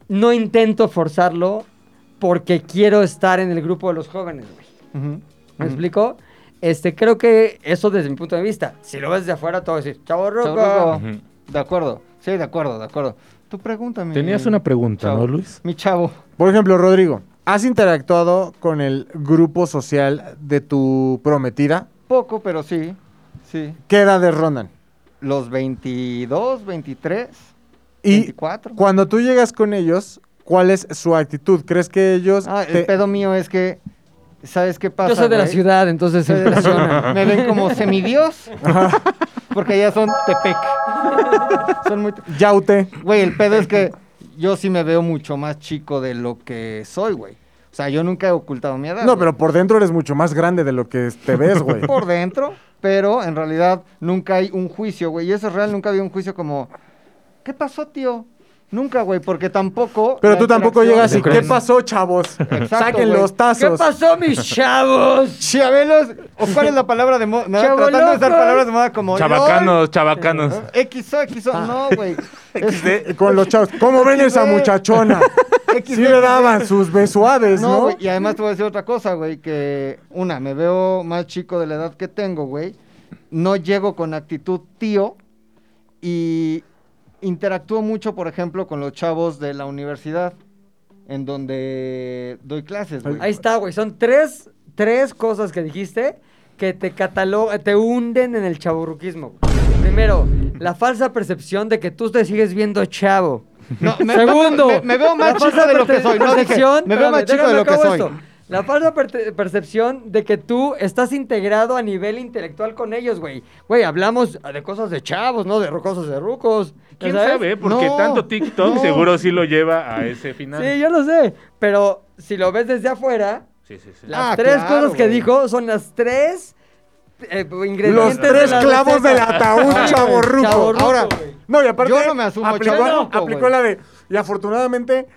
S6: No intento forzarlo porque quiero estar en el grupo de los jóvenes, güey.
S2: Ujú.
S6: ¿Me explico? Este, creo que eso desde mi punto de vista. Si lo ves desde afuera, todo decir, chavo roco.
S2: Chavorruco.
S3: Ujú.
S2: De acuerdo. Sí, de acuerdo, de acuerdo. Tú pregúntame.
S3: Tenías una pregunta,
S2: Chavo.
S3: ¿no, Luis?
S2: Mi chavo.
S4: Por ejemplo, Rodrigo, ¿has interactuado con el grupo social de tu prometida?
S2: Poco, pero sí. Sí.
S4: ¿Qué edades rondan?
S2: Los 22, 23,
S4: Y
S2: 24.
S4: cuando tú llegas con ellos, ¿cuál es su actitud? ¿Crees que ellos
S2: Ah, el
S4: te-
S2: pedo mío es que, ¿sabes qué pasa?
S6: Yo soy de la
S2: güey?
S6: ciudad, entonces se
S2: Soy de la ciudad.
S6: impresiona.
S2: Me ven como semidios. Porque ya son tepec. Son muy... te-
S4: yaute?
S2: Güey, el pedo es que yo sí me veo mucho más chico de lo que soy, güey. O sea, yo nunca he ocultado mi edad.
S4: No,
S2: Ah, güey.
S4: pero por dentro eres mucho más grande de lo que te ves, güey.
S2: por dentro, pero en realidad nunca hay un juicio, güey. Y eso es real, nunca había un juicio como, ¿qué pasó, tío? Nunca, güey, porque tampoco.
S4: Pero
S2: la
S4: tú tampoco
S2: interacción-
S4: llegas y ¿qué pasó, chavos? Saquen
S2: güey.
S4: los
S6: ¿Qué
S4: tazos.
S6: pasó, mis chavos?
S2: Chiabelos, o cuál es la palabra de moda, No,
S6: Chavo
S2: tratando de usar
S6: loco.
S2: palabras de moda como
S3: Chabacanos, chabacanos.
S2: X XO, XO, no, güey. Es-
S4: Eh, Con los chavos. ¿Cómo ven esa muchachona? Sí le daban sus besuaves,
S2: Pues No,
S4: ¿no?
S2: güey, y además te voy a decir otra cosa, güey, que una, me veo más chico de la edad que tengo, güey. No llego con actitud tío y interactúo mucho, por ejemplo, con los chavos de la universidad en donde doy clases, güey.
S6: Ahí está, güey. Son tres, tres cosas que dijiste que te catalogan, te hunden en el chaburruquismo. Primero, la falsa percepción de que tú te sigues viendo chavo.
S2: No, me-
S6: Segundo,
S2: me, me veo más
S6: la
S2: chico
S6: falsa
S2: de lo que
S6: perce-
S2: soy. No, dije,
S6: percepción-
S2: me veo
S6: espérame,
S2: más chico de
S6: déjame
S2: lo que
S6: acabo
S2: soy.
S6: esto. La falsa perte- percepción de que tú estás integrado a nivel intelectual con ellos, güey. Güey, hablamos de cosas de chavos, no de cosas de rucos. ¿ya
S3: ¿Quién
S6: sabes?
S3: sabe? Porque
S2: No,
S3: tanto TikTok
S2: no.
S3: seguro sí lo lleva a ese final.
S6: Sí, yo lo sé. Pero si lo ves desde afuera,
S3: Sí, sí, sí.
S6: Las
S2: Ah,
S6: tres
S2: claro,
S6: cosas que
S2: güey.
S6: dijo son las tres eh, ingredientes.
S4: Los
S6: de
S4: tres
S6: la
S4: clavos
S6: receta.
S4: del ataúd,
S6: Ay,
S4: chavorruco.
S6: chavorruco,
S4: Ahora,
S6: güey.
S4: no, y aparte.
S2: Yo no me asumo
S4: aplicó,
S2: chavorruco,
S4: aplicó
S2: güey.
S4: la de. Y afortunadamente,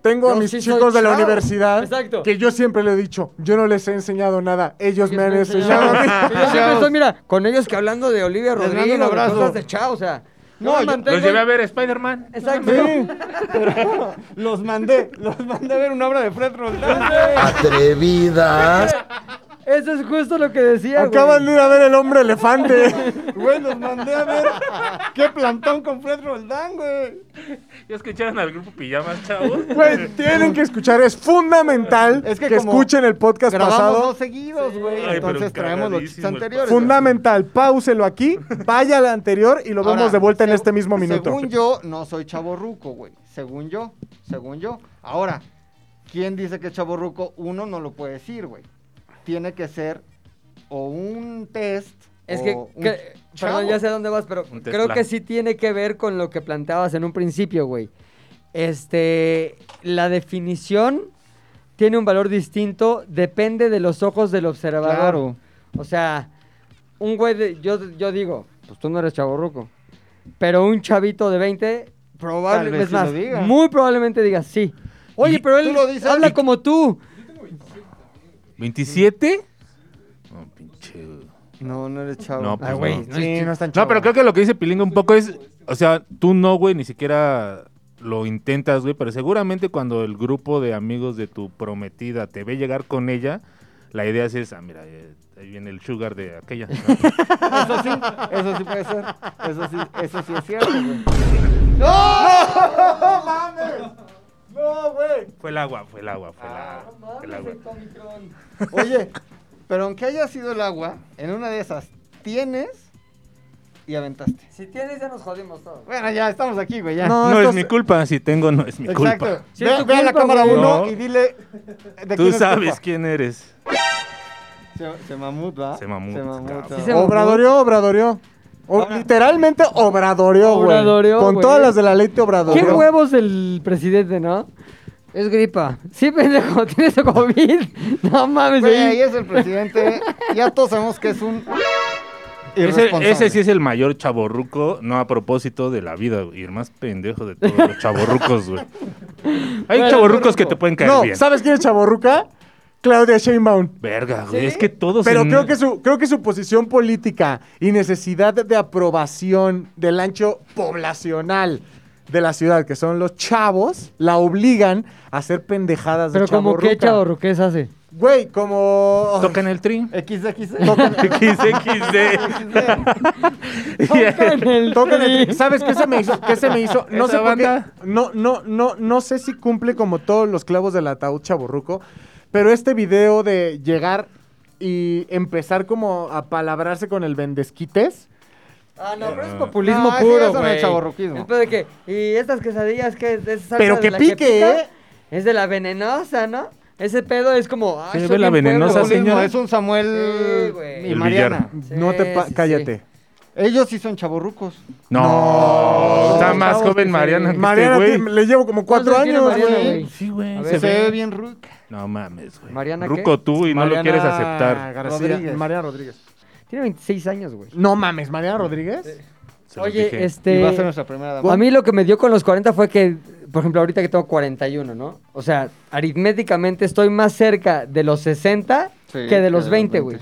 S4: tengo a
S6: Yo
S4: mis
S6: sí soy
S4: chicos de la
S6: chavo.
S4: universidad.
S6: Exacto.
S4: Que yo siempre le he dicho, yo no les he enseñado nada. Ellos,
S6: Ellos
S4: me han
S6: me
S4: enseñado. a mí.
S6: enseñaron. Y yo siempre estoy, mira, con ellos que hablando de Olivia
S2: Les mando
S6: Rodrigo,
S2: un
S6: de
S2: abrazo.
S6: cosas de chao, o sea.
S2: No, yo-
S6: me mantengo-
S3: Los llevé a ver Spider-Man.
S6: Exacto.
S2: Los mandé, los mandé a ver una obra de Fred Roldán.
S6: Eso es justo lo que decía, güey.
S4: Acaban de ir a ver el hombre elefante.
S2: Güey, los mandé a ver qué plantón con Fred Roldán, güey.
S3: Ya escucharon al grupo Pijamas, chavos.
S4: Güey, tienen que escuchar, es fundamental
S2: Es que
S4: que,
S2: como
S4: escuchen el podcast
S2: Grabamos
S4: pasado.
S2: dos seguidos, güey.
S3: Ay, pero
S2: Entonces traemos los chistes
S3: cagadísimos.
S2: anteriores. güey.
S4: Fundamental, pauselo aquí, vaya al anterior y lo
S2: Ahora,
S4: vemos de vuelta en
S2: seg-
S4: este mismo minuto.
S2: Según yo, no soy chaborruco, güey. Según yo, según yo. Ahora, ¿quién dice que es chaborruco? Uno no lo puede decir, güey. Tiene que ser o un test.
S6: Es
S2: o
S6: que,
S2: un
S6: que-
S2: chavo.
S6: perdón, ya sé a dónde vas, pero
S3: Un test
S6: creo que
S3: plan.
S6: sí tiene que ver con lo que planteabas en un principio, güey. Este, la definición tiene un valor distinto, depende de los ojos del observador.
S2: Claro.
S6: O sea, un güey, de- yo, yo digo, pues tú no eres chaborruco. Pero un chavito de 20,
S2: Tal
S6: probablemente,
S2: vez
S6: es
S2: sí
S6: más,
S2: lo diga.
S6: muy probablemente diga sí. Oye,
S3: Y-
S6: pero
S2: ¿tú
S6: él
S2: lo dices?
S6: habla
S2: Y-
S6: como tú.
S3: ¿27? No, pinche.
S2: No, no eres chavo.
S3: No, pues
S4: Ah, güey,
S3: no.
S4: no, sí, no es tan
S3: No,
S4: chavo.
S3: pero creo que lo que dice Pilinga un poco es, o sea, tú no, güey, ni siquiera lo intentas, güey, pero seguramente cuando el grupo de amigos de tu prometida te ve llegar con ella, la idea es esa, mira, eh, ahí viene el sugar de aquella. ¿no?
S2: Eso sí, eso sí puede ser. Eso sí, eso sí es cierto, güey.
S3: fue el agua, fue el agua, fue el
S2: Ah,
S3: agua.
S2: pues,
S3: fue el agua.
S2: Oye, pero aunque haya sido el agua, en una de esas tienes y aventaste.
S6: Si tienes, ya nos jodimos todos.
S2: Bueno, ya estamos aquí, güey, ya.
S3: No,
S4: esto
S3: es mi culpa, si tengo no es mi
S2: Exacto.
S3: culpa.
S6: Sí,
S2: ve
S6: es tu
S2: ve a la
S6: culpa,
S2: cámara
S6: güey.
S2: uno
S3: No.
S2: y dile de
S3: Tú
S2: quién es
S3: sabes
S2: culpa.
S3: quién eres.
S2: Se, se mamut, ¿va?
S3: Se mamut,
S2: Se mamut.
S3: cabrón.
S6: Sí, se mamut.
S4: Obradoreó, obradoreó. O- literalmente obradoreó, güey.
S6: Obradoreó,
S4: Con
S6: güey.
S4: todas las de la ley te obradoreó.
S6: ¿Qué huevos el presidente, no? Es gripa. Sí, pendejo, tienes COVID. No mames,
S2: Oh, Güey,
S6: ahí-
S2: ahí es el presidente. Ya todos sabemos que es un
S3: Ese,
S2: irresponsable.
S3: ese sí es el mayor chaborruco, no a propósito de la vida, güey, y el más pendejo de todos los chaborrucos, güey. Hay
S6: Bueno,
S3: chaborrucos que te pueden caer
S4: No,
S3: bien.
S4: ¿sabes quién es chaborruca? Claudia Sheinbaum.
S3: Verga, güey, es que
S6: Pues
S3: todos
S4: Pero
S3: en-
S4: creo que, su, creo que su posición política y necesidad de aprobación del ancho poblacional de la ciudad, que son los chavos, la obligan a hacer pendejadas de
S6: Pero como
S4: chavorruca.
S6: qué chaborruqués hace.
S4: Güey, como...
S3: tocan el tri.
S2: XXX.
S3: XXD.
S6: Tocan el
S4: Tocan el-
S6: tri.
S4: ¿Sabes qué se me hizo? ¿Qué se me hizo? No
S3: Esa
S4: sé por qué-
S3: banda.
S4: No, no, no, no sé si cumple como todos los clavos del ataúd chaborruco, pero este video de llegar y empezar como a palabrarse con el vendesquites.
S6: Ah, no, pero es
S3: Ah.
S6: populismo
S2: No, ese ya
S6: puro,
S2: es un
S6: güey.
S2: chavorruquismo.
S6: Después de que, y estas quesadillas que es esa salsa
S4: Pero
S6: de
S4: que
S6: la
S4: pique,
S6: pica,
S4: ¿eh?
S6: Es de la venenosa, ¿no? Ese pedo es como, ay,
S3: Se
S6: soy
S3: ve la
S6: bien
S3: venenosa,
S6: pueblo.
S3: señor. señora.
S2: Es un Samuel
S6: Sí, güey.
S2: y
S3: El
S2: Mariana.
S3: villano.
S6: Sí,
S4: no te pa-
S6: sí, sí.
S4: cállate.
S2: Ellos sí son chavorrucos.
S3: No, está más
S4: Oh, chavos,
S3: joven Mariana que este
S4: Mariana,
S3: güey.
S4: tiene- le llevo como cuatro
S6: ¿Cuántos tiene
S4: años,
S6: Mariana,
S4: güey.
S6: güey?
S3: Sí, güey.
S6: A
S3: Se
S6: ver.
S2: Se
S3: ve.
S2: ve bien ruca.
S3: No mames, güey.
S6: ¿Mariana qué?
S3: Ruco tú y no lo
S4: Mariana
S3: quieres aceptar.
S4: García-
S2: Rodríguez.
S4: Mariana Rodríguez.
S6: Tiene 26 años, güey.
S4: No mames, Mariana Rodríguez.
S3: Se los dije.
S6: Oye,
S2: Y
S6: este...
S2: va a ser nuestra primera dama.
S6: A mí lo que me dio con los 40 fue que, por ejemplo, ahorita que tengo 41, ¿no? O sea, aritméticamente estoy más cerca de los 60
S2: Sí,
S6: que de los 20, güey.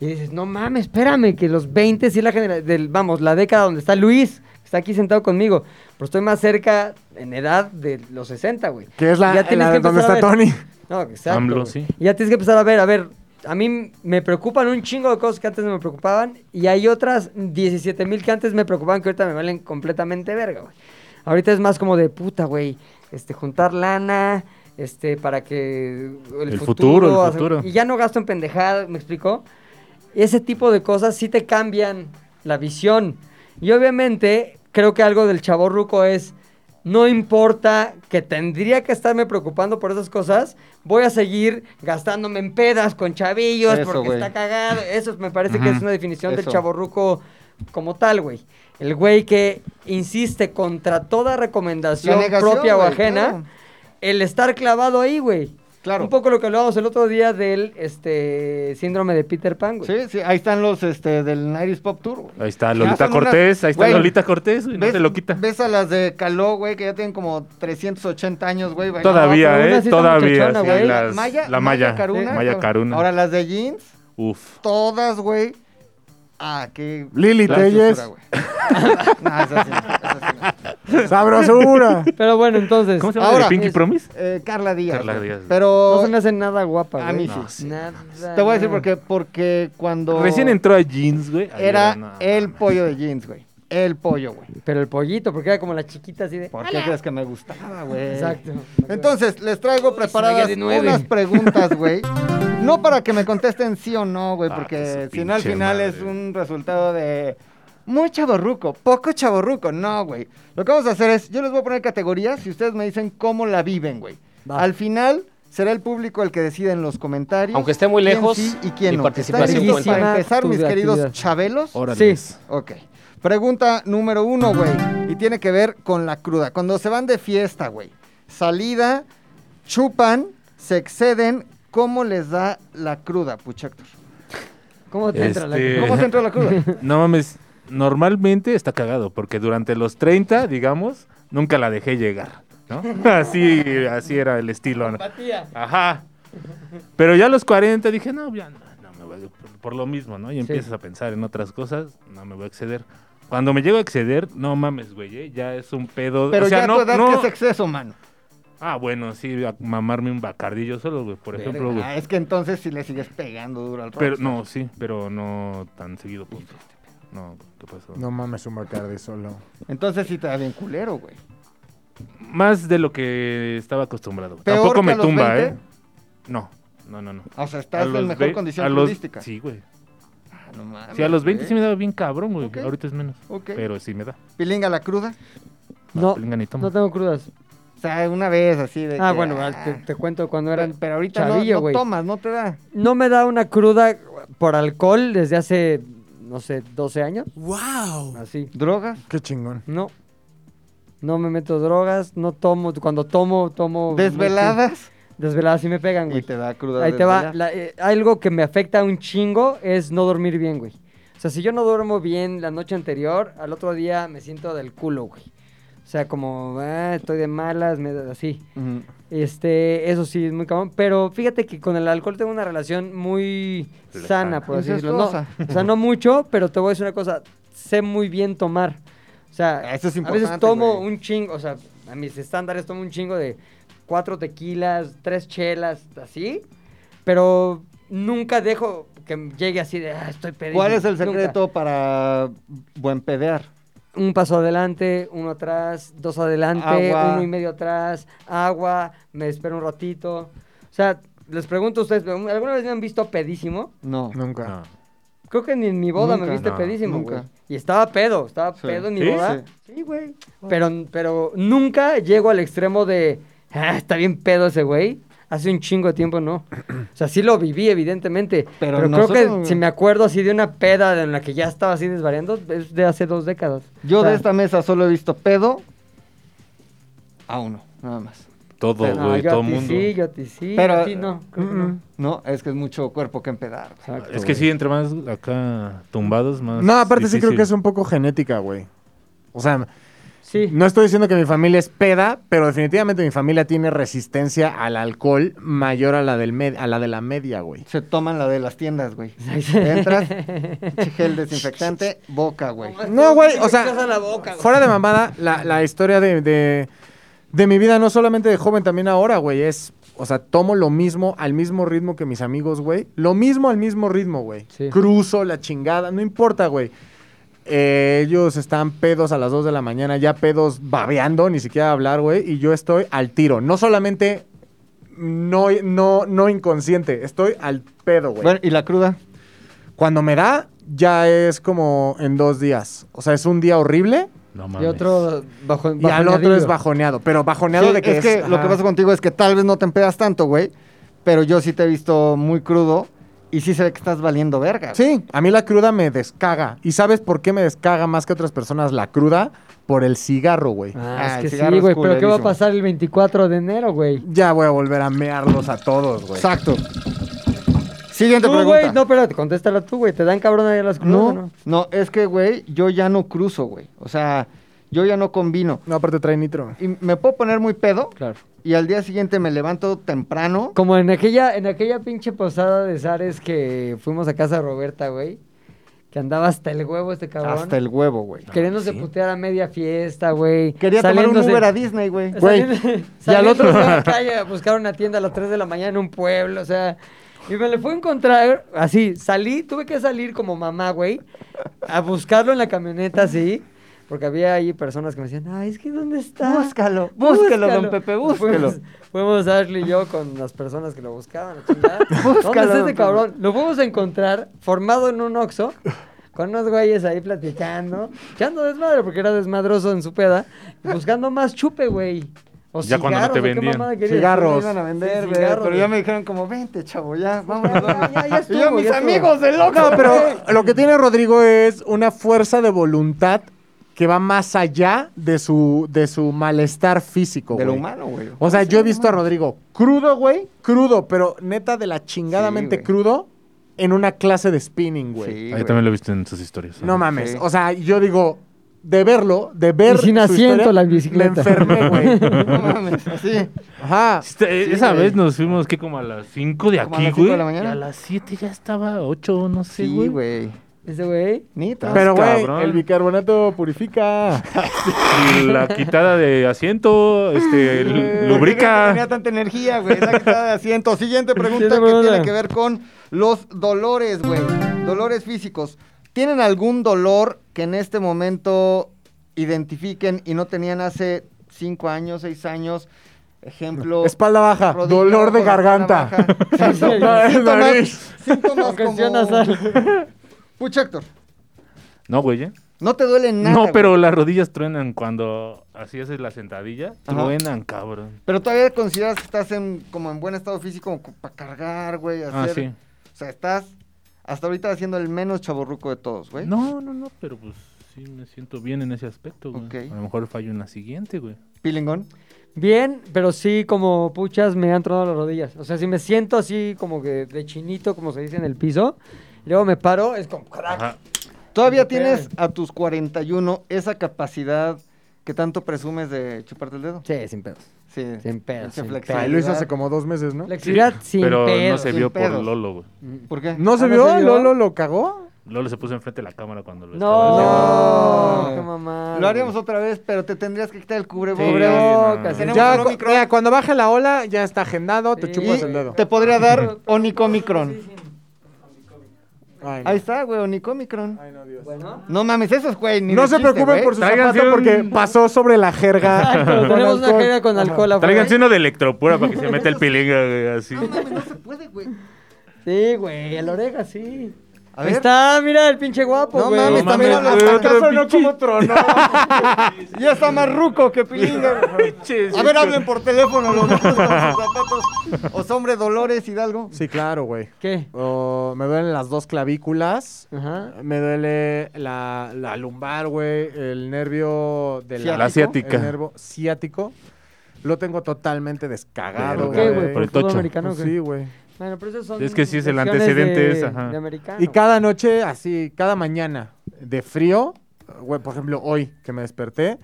S6: Y dices, no mames, espérame, que los 20 sí es la generación, del, vamos, la década donde está Luis, que está aquí sentado conmigo, pero estoy más cerca en edad de los 60, güey.
S4: Que es la,
S6: Ya tienes
S4: la-
S6: que
S4: donde
S6: empezar
S4: está
S6: a ver.
S4: Tony.
S6: No, exacto.
S3: AMLO,
S6: güey.
S3: sí.
S6: Y ya tienes que empezar a ver, a ver, a mí me preocupan un chingo de cosas que antes no me preocupaban y hay otras 17 mil que antes me preocupaban que ahorita me valen completamente verga, güey. Ahorita es más como de puta, güey, este, juntar lana, este, para que el,
S3: El futuro, el
S6: hacer-
S3: futuro.
S6: Y ya no gasto en pendejadas, ¿me explicó? Ese tipo de cosas sí te cambian la visión. Y obviamente creo que algo del chavo ruco es, no importa que tendría que estarme preocupando por esas cosas, voy a seguir gastándome en pedas con chavillos
S2: Eso,
S6: porque
S2: güey.
S6: está cagado. Eso me parece que
S3: Ujú.
S6: es una definición del
S2: Eso.
S6: chaborruco como tal, güey. El güey que insiste contra toda recomendación
S2: La negación,
S6: propia o
S2: güey,
S6: ajena,
S2: claro.
S6: el estar clavado ahí, güey.
S2: Claro.
S6: Un poco lo que hablábamos el otro día del este síndrome de Peter Pan, güey.
S2: Sí, sí, ahí están los este, del 90 Pop Tour. güey.
S3: Ahí está
S2: Ya
S3: Lolita
S2: son unas-
S3: Cortés, ahí está
S2: Güey,
S3: Lolita Cortés, güey, no
S2: ¿Ves-
S3: te lo quita.
S2: Ves a las de Caló, güey, que ya tienen como 380 años, güey. bailando.
S6: No, pero
S3: Todavía,
S6: una
S3: ¿eh?
S6: sí está
S3: Todavía.
S6: muchachona,
S3: sí,
S6: güey.
S2: La
S3: las-
S2: Maya,
S3: la Maya.
S2: Caruna.
S3: Maya
S2: cabrón.
S3: Caruna.
S2: Ahora las de jeans,
S3: Uf.
S2: todas, güey. Ah, qué.
S4: Lili
S2: La
S4: Telles.
S2: sabrosura, güey. no, esa sí, esa sí no.
S4: Sabrosura.
S6: Pero bueno, entonces.
S3: ¿Cómo se llama?
S2: Ahora,
S3: ¿De Pinky
S6: es-
S3: Promise?
S2: Eh, Carla Díaz.
S3: Carla
S2: güey.
S3: Díaz.
S6: No
S2: Pero
S6: se me hace nada guapa, güey.
S2: A mí sí.
S3: No, sí.
S6: Nada,
S2: te voy a decir
S6: nada.
S2: por qué. Porque cuando.
S3: Recién entró a Jeans, güey. ahí
S2: Era
S3: no,
S2: el
S3: mames.
S2: pollo de jeans, güey. El pollo, güey.
S6: Pero el pollito, porque era como la chiquita así de.
S2: ¿Por qué crees que me gustaba, güey?
S6: Exacto.
S2: Entonces, les traigo preparadas
S6: de nueve.
S2: unas preguntas, güey. No para que me contesten sí o no, güey,
S3: Ah,
S2: porque
S3: su
S2: si no al
S3: pinche
S2: final
S3: madre.
S2: es un resultado de muy chaborruco, poco chaborruco. No, güey. Lo que vamos a hacer es, yo les voy a poner categorías y ustedes me dicen cómo la viven, güey.
S6: Va.
S2: Al final será el público el que decida en los comentarios.
S7: Aunque esté muy
S2: quién
S7: lejos,
S2: sí y quién
S7: mi
S2: no.
S7: participación
S2: ¿Están listos
S6: cuenta.
S2: para empezar,
S6: Tu
S2: mis queridos
S6: actividad.
S2: chabelos?
S3: Órale.
S6: Sí.
S2: Ok. Pregunta número uno, güey. Y tiene que ver con la cruda. Cuando se van de fiesta, güey. Salida, chupan, se exceden. ¿Cómo les da la cruda, Puchector?
S6: ¿Cómo te entra la
S3: Este-
S2: ¿Cómo se entra la cruda?
S3: No mames. normalmente está cagado, porque durante los 30, digamos, nunca la dejé llegar, ¿no? Así, así era el estilo. ¿no? Ajá. Pero ya a los 40 dije, no, ya no, no me voy a- por, por lo mismo, ¿no? Y empiezas a pensar en otras cosas, no me voy a exceder. Cuando me llego a exceder, no mames, güey, ¿eh? ya es un pedo.
S2: Pero
S3: o sea,
S2: ya
S3: no,
S2: tu edad
S3: no-
S2: que es exceso, mano.
S3: Ah, bueno, sí, a mamarme un bacardillo solo, güey, por ejemplo, güey.
S2: Ah, es que entonces si le sigues pegando duro al
S3: Pero
S2: rock.
S3: no, sí, pero no tan seguido, punto. No, ¿qué pasó?
S4: No mames, un Bacardi solo.
S2: Entonces sí te da bien culero, güey.
S3: Más de lo que estaba acostumbrado.
S2: Peor
S3: Tampoco
S2: que
S3: me
S2: a los
S3: tumba,
S2: 20.
S3: ¿eh? No, no, no, no.
S2: O sea,
S3: A
S2: estás
S3: los
S2: en mejor
S3: ve-
S2: condición
S3: a los-
S2: futbolística.
S3: Sí, güey.
S2: Ah, no mames,
S3: Sí, a los 20
S2: güey.
S3: sí me daba bien cabrón, güey.
S2: Ok.
S3: Ahorita es menos.
S2: Ok.
S3: Pero sí me da.
S2: Pilinga la cruda.
S6: No,
S3: Venga, ni toma.
S6: no tengo crudas.
S2: O sea, una vez así de.
S6: Ah,
S2: que,
S6: bueno,
S2: ah,
S6: te, te cuento cuando
S2: pero,
S6: eran.
S2: pero ahorita no-
S6: chavillo,
S2: no,
S6: güey.
S2: tomas, no te da.
S6: No me da una cruda por alcohol desde hace, no sé, 12 años.
S7: ¡Wow!
S6: Así.
S2: ¿Drogas?
S4: Qué chingón.
S6: No. No me meto drogas, no tomo. Cuando tomo, tomo.
S2: ¿Desveladas?
S6: Desveladas sí me pegan,
S2: Y
S6: güey.
S2: te da cruda.
S6: Ahí te va.
S2: desvelada.
S6: la- eh, algo que me afecta un chingo es no dormir bien, güey. O sea, si yo no duermo bien la noche anterior, al otro día me siento del culo, güey. O sea, como, ah, estoy de malas, me, da- así.
S2: Ujú.
S6: Este, eso sí, es muy cabrón. Pero fíjate que con el alcohol tengo una relación muy
S3: Lejana.
S6: sana, por así decirlo. No,
S2: Incestuosa.
S6: o sea, no mucho, pero te voy a decir una cosa. Sé muy bien tomar. O sea,
S2: Ah, Eso es
S6: a veces
S2: importante,
S6: tomo
S2: güey.
S6: un chingo, o sea, a mis estándares tomo un chingo de cuatro tequilas, tres chelas, así. Pero nunca dejo que llegue así de, ah, estoy pedido.
S2: ¿Cuál es el secreto para buen pedear?
S6: Un paso adelante, uno atrás, dos adelante,
S2: Agua.
S6: uno y medio atrás, agua, me espero un ratito. O sea, les pregunto a ustedes, ¿alguna vez me han visto pedísimo?
S2: No.
S4: Nunca.
S3: No.
S6: Creo que ni en mi boda
S2: Nunca.
S6: me viste
S3: No,
S6: pedísimo,
S2: nunca.
S6: güey. Y estaba pedo, estaba
S2: Sí.
S6: pedo en mi
S3: ¿Sí?
S6: boda. Sí, güey. Pero, pero nunca llego al extremo de, ah, está bien pedo ese güey. Hace un chingo de tiempo no. O sea, sí lo viví, evidentemente.
S2: Pero
S6: Pero, creo que
S2: nosotros-
S6: si me acuerdo así de una peda en la que ya estaba así desvariando, es de hace dos décadas.
S2: Yo
S6: O sea,
S2: de esta mesa solo he visto pedo a uno, nada más.
S3: Todo,
S6: no,
S3: Pues, güey,
S6: yo
S3: todo
S6: a ti
S3: mundo.
S6: Sí, yo a ti sí,
S2: Pero- mm,
S6: a ti no. Mm, creo que no.
S2: No, es que es mucho cuerpo que empedar. güey.
S6: Exacto,
S3: es que
S6: güey.
S3: sí, entre más acá tumbados, más.
S4: No, aparte sí creo que es
S3: difícil.
S4: un poco genética, güey. O sea,
S6: Sí.
S4: no estoy diciendo que mi familia es peda, pero definitivamente mi familia tiene resistencia al alcohol mayor a la, del med- a la de la media, güey.
S2: Se toman la de las tiendas, güey. Entras, gel desinfectante, boca, güey.
S4: No, güey, o
S6: Te
S4: sea,
S6: besas la boca, güey.
S4: fuera de mamada, la, la historia de, de- de mi vida, no solamente de joven, también ahora, güey, es, o sea, tomo lo mismo al mismo ritmo que mis amigos, güey. Lo mismo al mismo ritmo, güey.
S6: Sí.
S4: Cruzo la chingada, no importa, güey. Eh, ellos están pedos a las 2 de la mañana, ya pedos babeando, ni siquiera hablar, güey. Y yo estoy al tiro. No solamente no, no, no inconsciente, estoy al pedo, güey.
S2: Bueno, ¿y la cruda?
S4: Cuando me da, ya es como en dos días. O sea, es un día horrible
S3: No mames.
S6: Y otro bajo,
S4: y al otro es
S6: bajoneadillo.
S4: bajoneado. Pero bajoneado
S2: Sí,
S4: de que
S2: es que lo que pasa contigo es que tal vez no te empedas tanto, güey. Pero yo sí te he visto muy crudo y sí se ve que estás valiendo verga. güey.
S4: Sí, a mí la cruda me descaga. ¿Y sabes por qué me descaga más que otras personas la cruda? Por el cigarro, güey.
S6: Ah,
S2: Ah, el
S6: es que sí,
S2: cigarro es
S6: güey. Pero ¿qué va a
S2: culerísimo.
S6: pasar el 24 de enero, güey?
S4: Ya voy a volver a mearlos a todos, güey.
S2: Exacto. Siguiente
S6: Tú,
S2: pregunta.
S6: güey, no, espérate, contéstala tú, güey. ¿Te dan cabrón ahí las crudas o
S2: No, no, es que, güey, yo ya no cruzo, güey. O sea, yo ya no combino.
S4: No, aparte trae nitro.
S2: Y me puedo poner muy pedo
S6: Claro.
S2: y al día siguiente me levanto temprano.
S6: Como en aquella, en aquella pinche posada de Zares que fuimos a casa de Roberta, güey. Que andaba hasta el huevo este cabrón.
S2: Hasta el huevo, güey.
S6: Queriéndose putear a media fiesta, güey.
S2: Quería tomar un
S6: saliéndose-
S2: Uber a Disney, güey.
S4: Güey,
S6: Saliendo-
S4: y al otro-
S6: saliendo de la calle a buscar una tienda a las 3 de la mañana en un pueblo, o sea. Y me le fue a encontrar, así, salí, tuve que salir como mamá, güey, a buscarlo en la camioneta, así. Porque había ahí personas que me decían, ay, es que ¿dónde está?
S2: Búscalo, Ah, búscalo, don Pepe, búscalo.
S6: Fuimos, fuimos Ashley y yo con las personas que lo buscaban, la chingada. ¿Dónde
S2: Búscalo,
S6: está
S2: don
S6: este
S2: Pepe.
S6: cabrón? Lo fuimos a encontrar formado en un oxo, con unos güeyes ahí platicando, echando desmadre, porque era desmadroso en su peda, buscando más chupe, güey. O
S3: Ya cuando no te
S6: cigarros, o qué
S3: vendían.
S6: mamada querías.
S2: Me
S4: Cigarros.
S2: iban a vender,
S6: Sí,
S2: güey,
S6: cigarros,
S2: pero ya
S6: güey.
S2: me dijeron como, vente, chavo, ya, vamos.
S6: Ya, ya, ya
S2: y yo,
S6: estuvo,
S2: mis
S6: ya estuvo.
S2: amigos, de loco.
S4: No, pero lo que tiene Rodrigo es una fuerza de voluntad que va más allá de su, de su malestar físico,
S2: De lo
S4: güey.
S2: humano, güey.
S4: O sea, yo he visto a Rodrigo crudo, güey, crudo, pero neta de la
S2: Sí,
S4: chingadamente
S2: güey.
S4: crudo, en una clase de spinning, güey.
S2: Sí,
S3: Ahí
S2: güey.
S3: también lo he visto en sus historias.
S4: No mames.
S2: Sí.
S4: O sea, yo digo, de verlo, de ver.
S6: Y sin
S4: su
S6: asiento
S4: historia,
S6: la bicicleta.
S4: Me enfermé, güey.
S2: No mames, así.
S4: Ajá.
S3: Esta- eh, esa
S2: güey.
S3: vez nos fuimos que como a las 5 de
S2: Como a
S3: aquí,
S2: las cinco
S3: güey.
S2: de la mañana.
S3: y a las 7 ya estaba 8, no sé,
S2: Sí,
S3: güey.
S2: güey.
S6: Ese güey.
S2: Nita.
S4: Pero, güey,
S3: cabrón.
S4: el bicarbonato purifica.
S3: Y la quitada de asiento,
S2: Eh,
S3: este, l-
S2: ¿por qué
S3: lubrica.
S2: Tenía tanta energía, güey. Esa que estaba de asiento. Siguiente pregunta
S6: Siguiente
S2: que
S6: pregunta.
S2: tiene que ver con los dolores, güey. Dolores físicos. ¿Tienen algún dolor que en este momento identifiquen y no tenían hace cinco años, seis años? Ejemplo.
S4: Espalda baja,
S2: rodilla,
S4: dolor de
S2: con la espalda
S4: garganta.
S2: baja. Sí, sí,
S4: No, es nariz.
S2: Síntomas, síntomas
S6: Congestión
S2: como...
S6: nasal.
S2: Pucha, Héctor,
S3: No, güey, ¿eh?
S2: no te duele nada.
S3: No,
S2: güey.
S3: pero las rodillas truenan cuando así haces la sentadilla.
S2: Ajá.
S3: Truenan, cabrón.
S2: Pero todavía consideras que estás en, como en buen estado físico como co- para cargar, güey,
S3: Ah,
S2: hacer...
S3: sí.
S2: O sea, estás hasta ahorita haciendo el menos chaborruco de todos, güey.
S3: No, no, no, pero pues sí me siento bien en ese aspecto, güey.
S2: Ok.
S3: A lo mejor fallo en la siguiente, güey.
S2: Pilingón.
S6: Bien, pero sí, como puchas, me han tronado las rodillas. O sea, si me siento así, como que de chinito, como se dice en el piso, y luego me paro, es como
S2: Ah,
S6: crack.
S3: Ajá.
S2: Todavía
S6: Espérame.
S2: tienes a tus 41 esa capacidad que tanto presumes de chuparte el dedo.
S6: Sí, sin pedos.
S2: Sí.
S6: Sin pedos,
S2: Pinche
S6: sin
S2: flexibilidad.
S6: pedos.
S4: Ahí lo hizo hace como dos meses, ¿no?
S6: Flexibilidad sin
S3: pero no
S6: pedos.
S3: se
S2: sin
S3: vio por
S2: pedos.
S3: Lolo, güey.
S2: ¿Por qué?
S4: ¿No se
S6: Ah, ¿no
S4: vio?
S6: se vio?
S4: ¿Lolo lo cagó?
S3: Lolo se puso enfrente de la cámara cuando lo estaba haciendo.
S6: No,
S2: No.
S6: qué mamada.
S2: Lo haríamos otra vez, pero te tendrías que quitar el cubrebocas.
S3: Sí,
S6: Cubrebocas.
S3: no, no, no.
S2: Tenemos
S4: Ya,
S2: al
S4: cu-
S2: Omicron.
S4: mira, cuando baje la ola, ya está agendado, te
S6: Sí.
S4: chupas
S2: Y
S4: el dedo.
S2: te podría dar onicomicron.
S4: Ay, no.
S2: Ahí está, güey, onicomicron.
S6: Bueno.
S2: No mames, esos, güey, ni
S4: No
S2: de
S4: se
S2: chiste,
S4: preocupen
S2: güey.
S4: por su
S3: Tráiganse
S4: zapato porque
S3: un-
S4: pasó sobre la jerga. con
S6: Tenemos una
S4: alcohol.
S6: jerga con
S4: Ajá.
S6: alcohol afuera. ¿eh?
S3: Tráiganse uno de electropura para que se meta el pilinga, güey, así.
S2: No mames, no se puede, güey.
S6: Sí, güey, a la oreja, sí.
S2: A
S6: Ahí
S2: ver.
S6: está, mira el pinche guapo,
S2: No
S6: güey.
S2: mames,
S3: No
S2: también
S3: mames,
S2: hablas
S3: güey,
S2: tan
S3: otro
S2: caso, no
S3: pinche-
S2: como trono. ya está más ruco que pilinga. A ver, hablen por teléfono los dos con sus zapatos. Os hombre Dolores Hidalgo.
S4: Sí, claro, güey.
S6: ¿Qué?
S4: Oh, me duelen las dos clavículas.
S6: Ajá.
S4: Me duele la, la lumbar, güey. El nervio de la,
S3: La ciática.
S4: El nervio ciático. Lo tengo totalmente
S3: Pero,
S4: descagado,
S6: ¿Qué,
S4: güey.
S6: güey?
S3: Por
S6: ¿Por
S3: el
S6: fútbol
S3: tocho.
S6: americano o
S4: Pues
S6: qué?
S4: sí, güey.
S6: Bueno, pero esos son
S3: Es que sí es el
S6: lesiones
S3: antecedente
S6: de-
S3: ese, ajá.
S6: de americano.
S4: Y cada noche, así, cada mañana de frío, güey, por ejemplo, hoy que me desperté,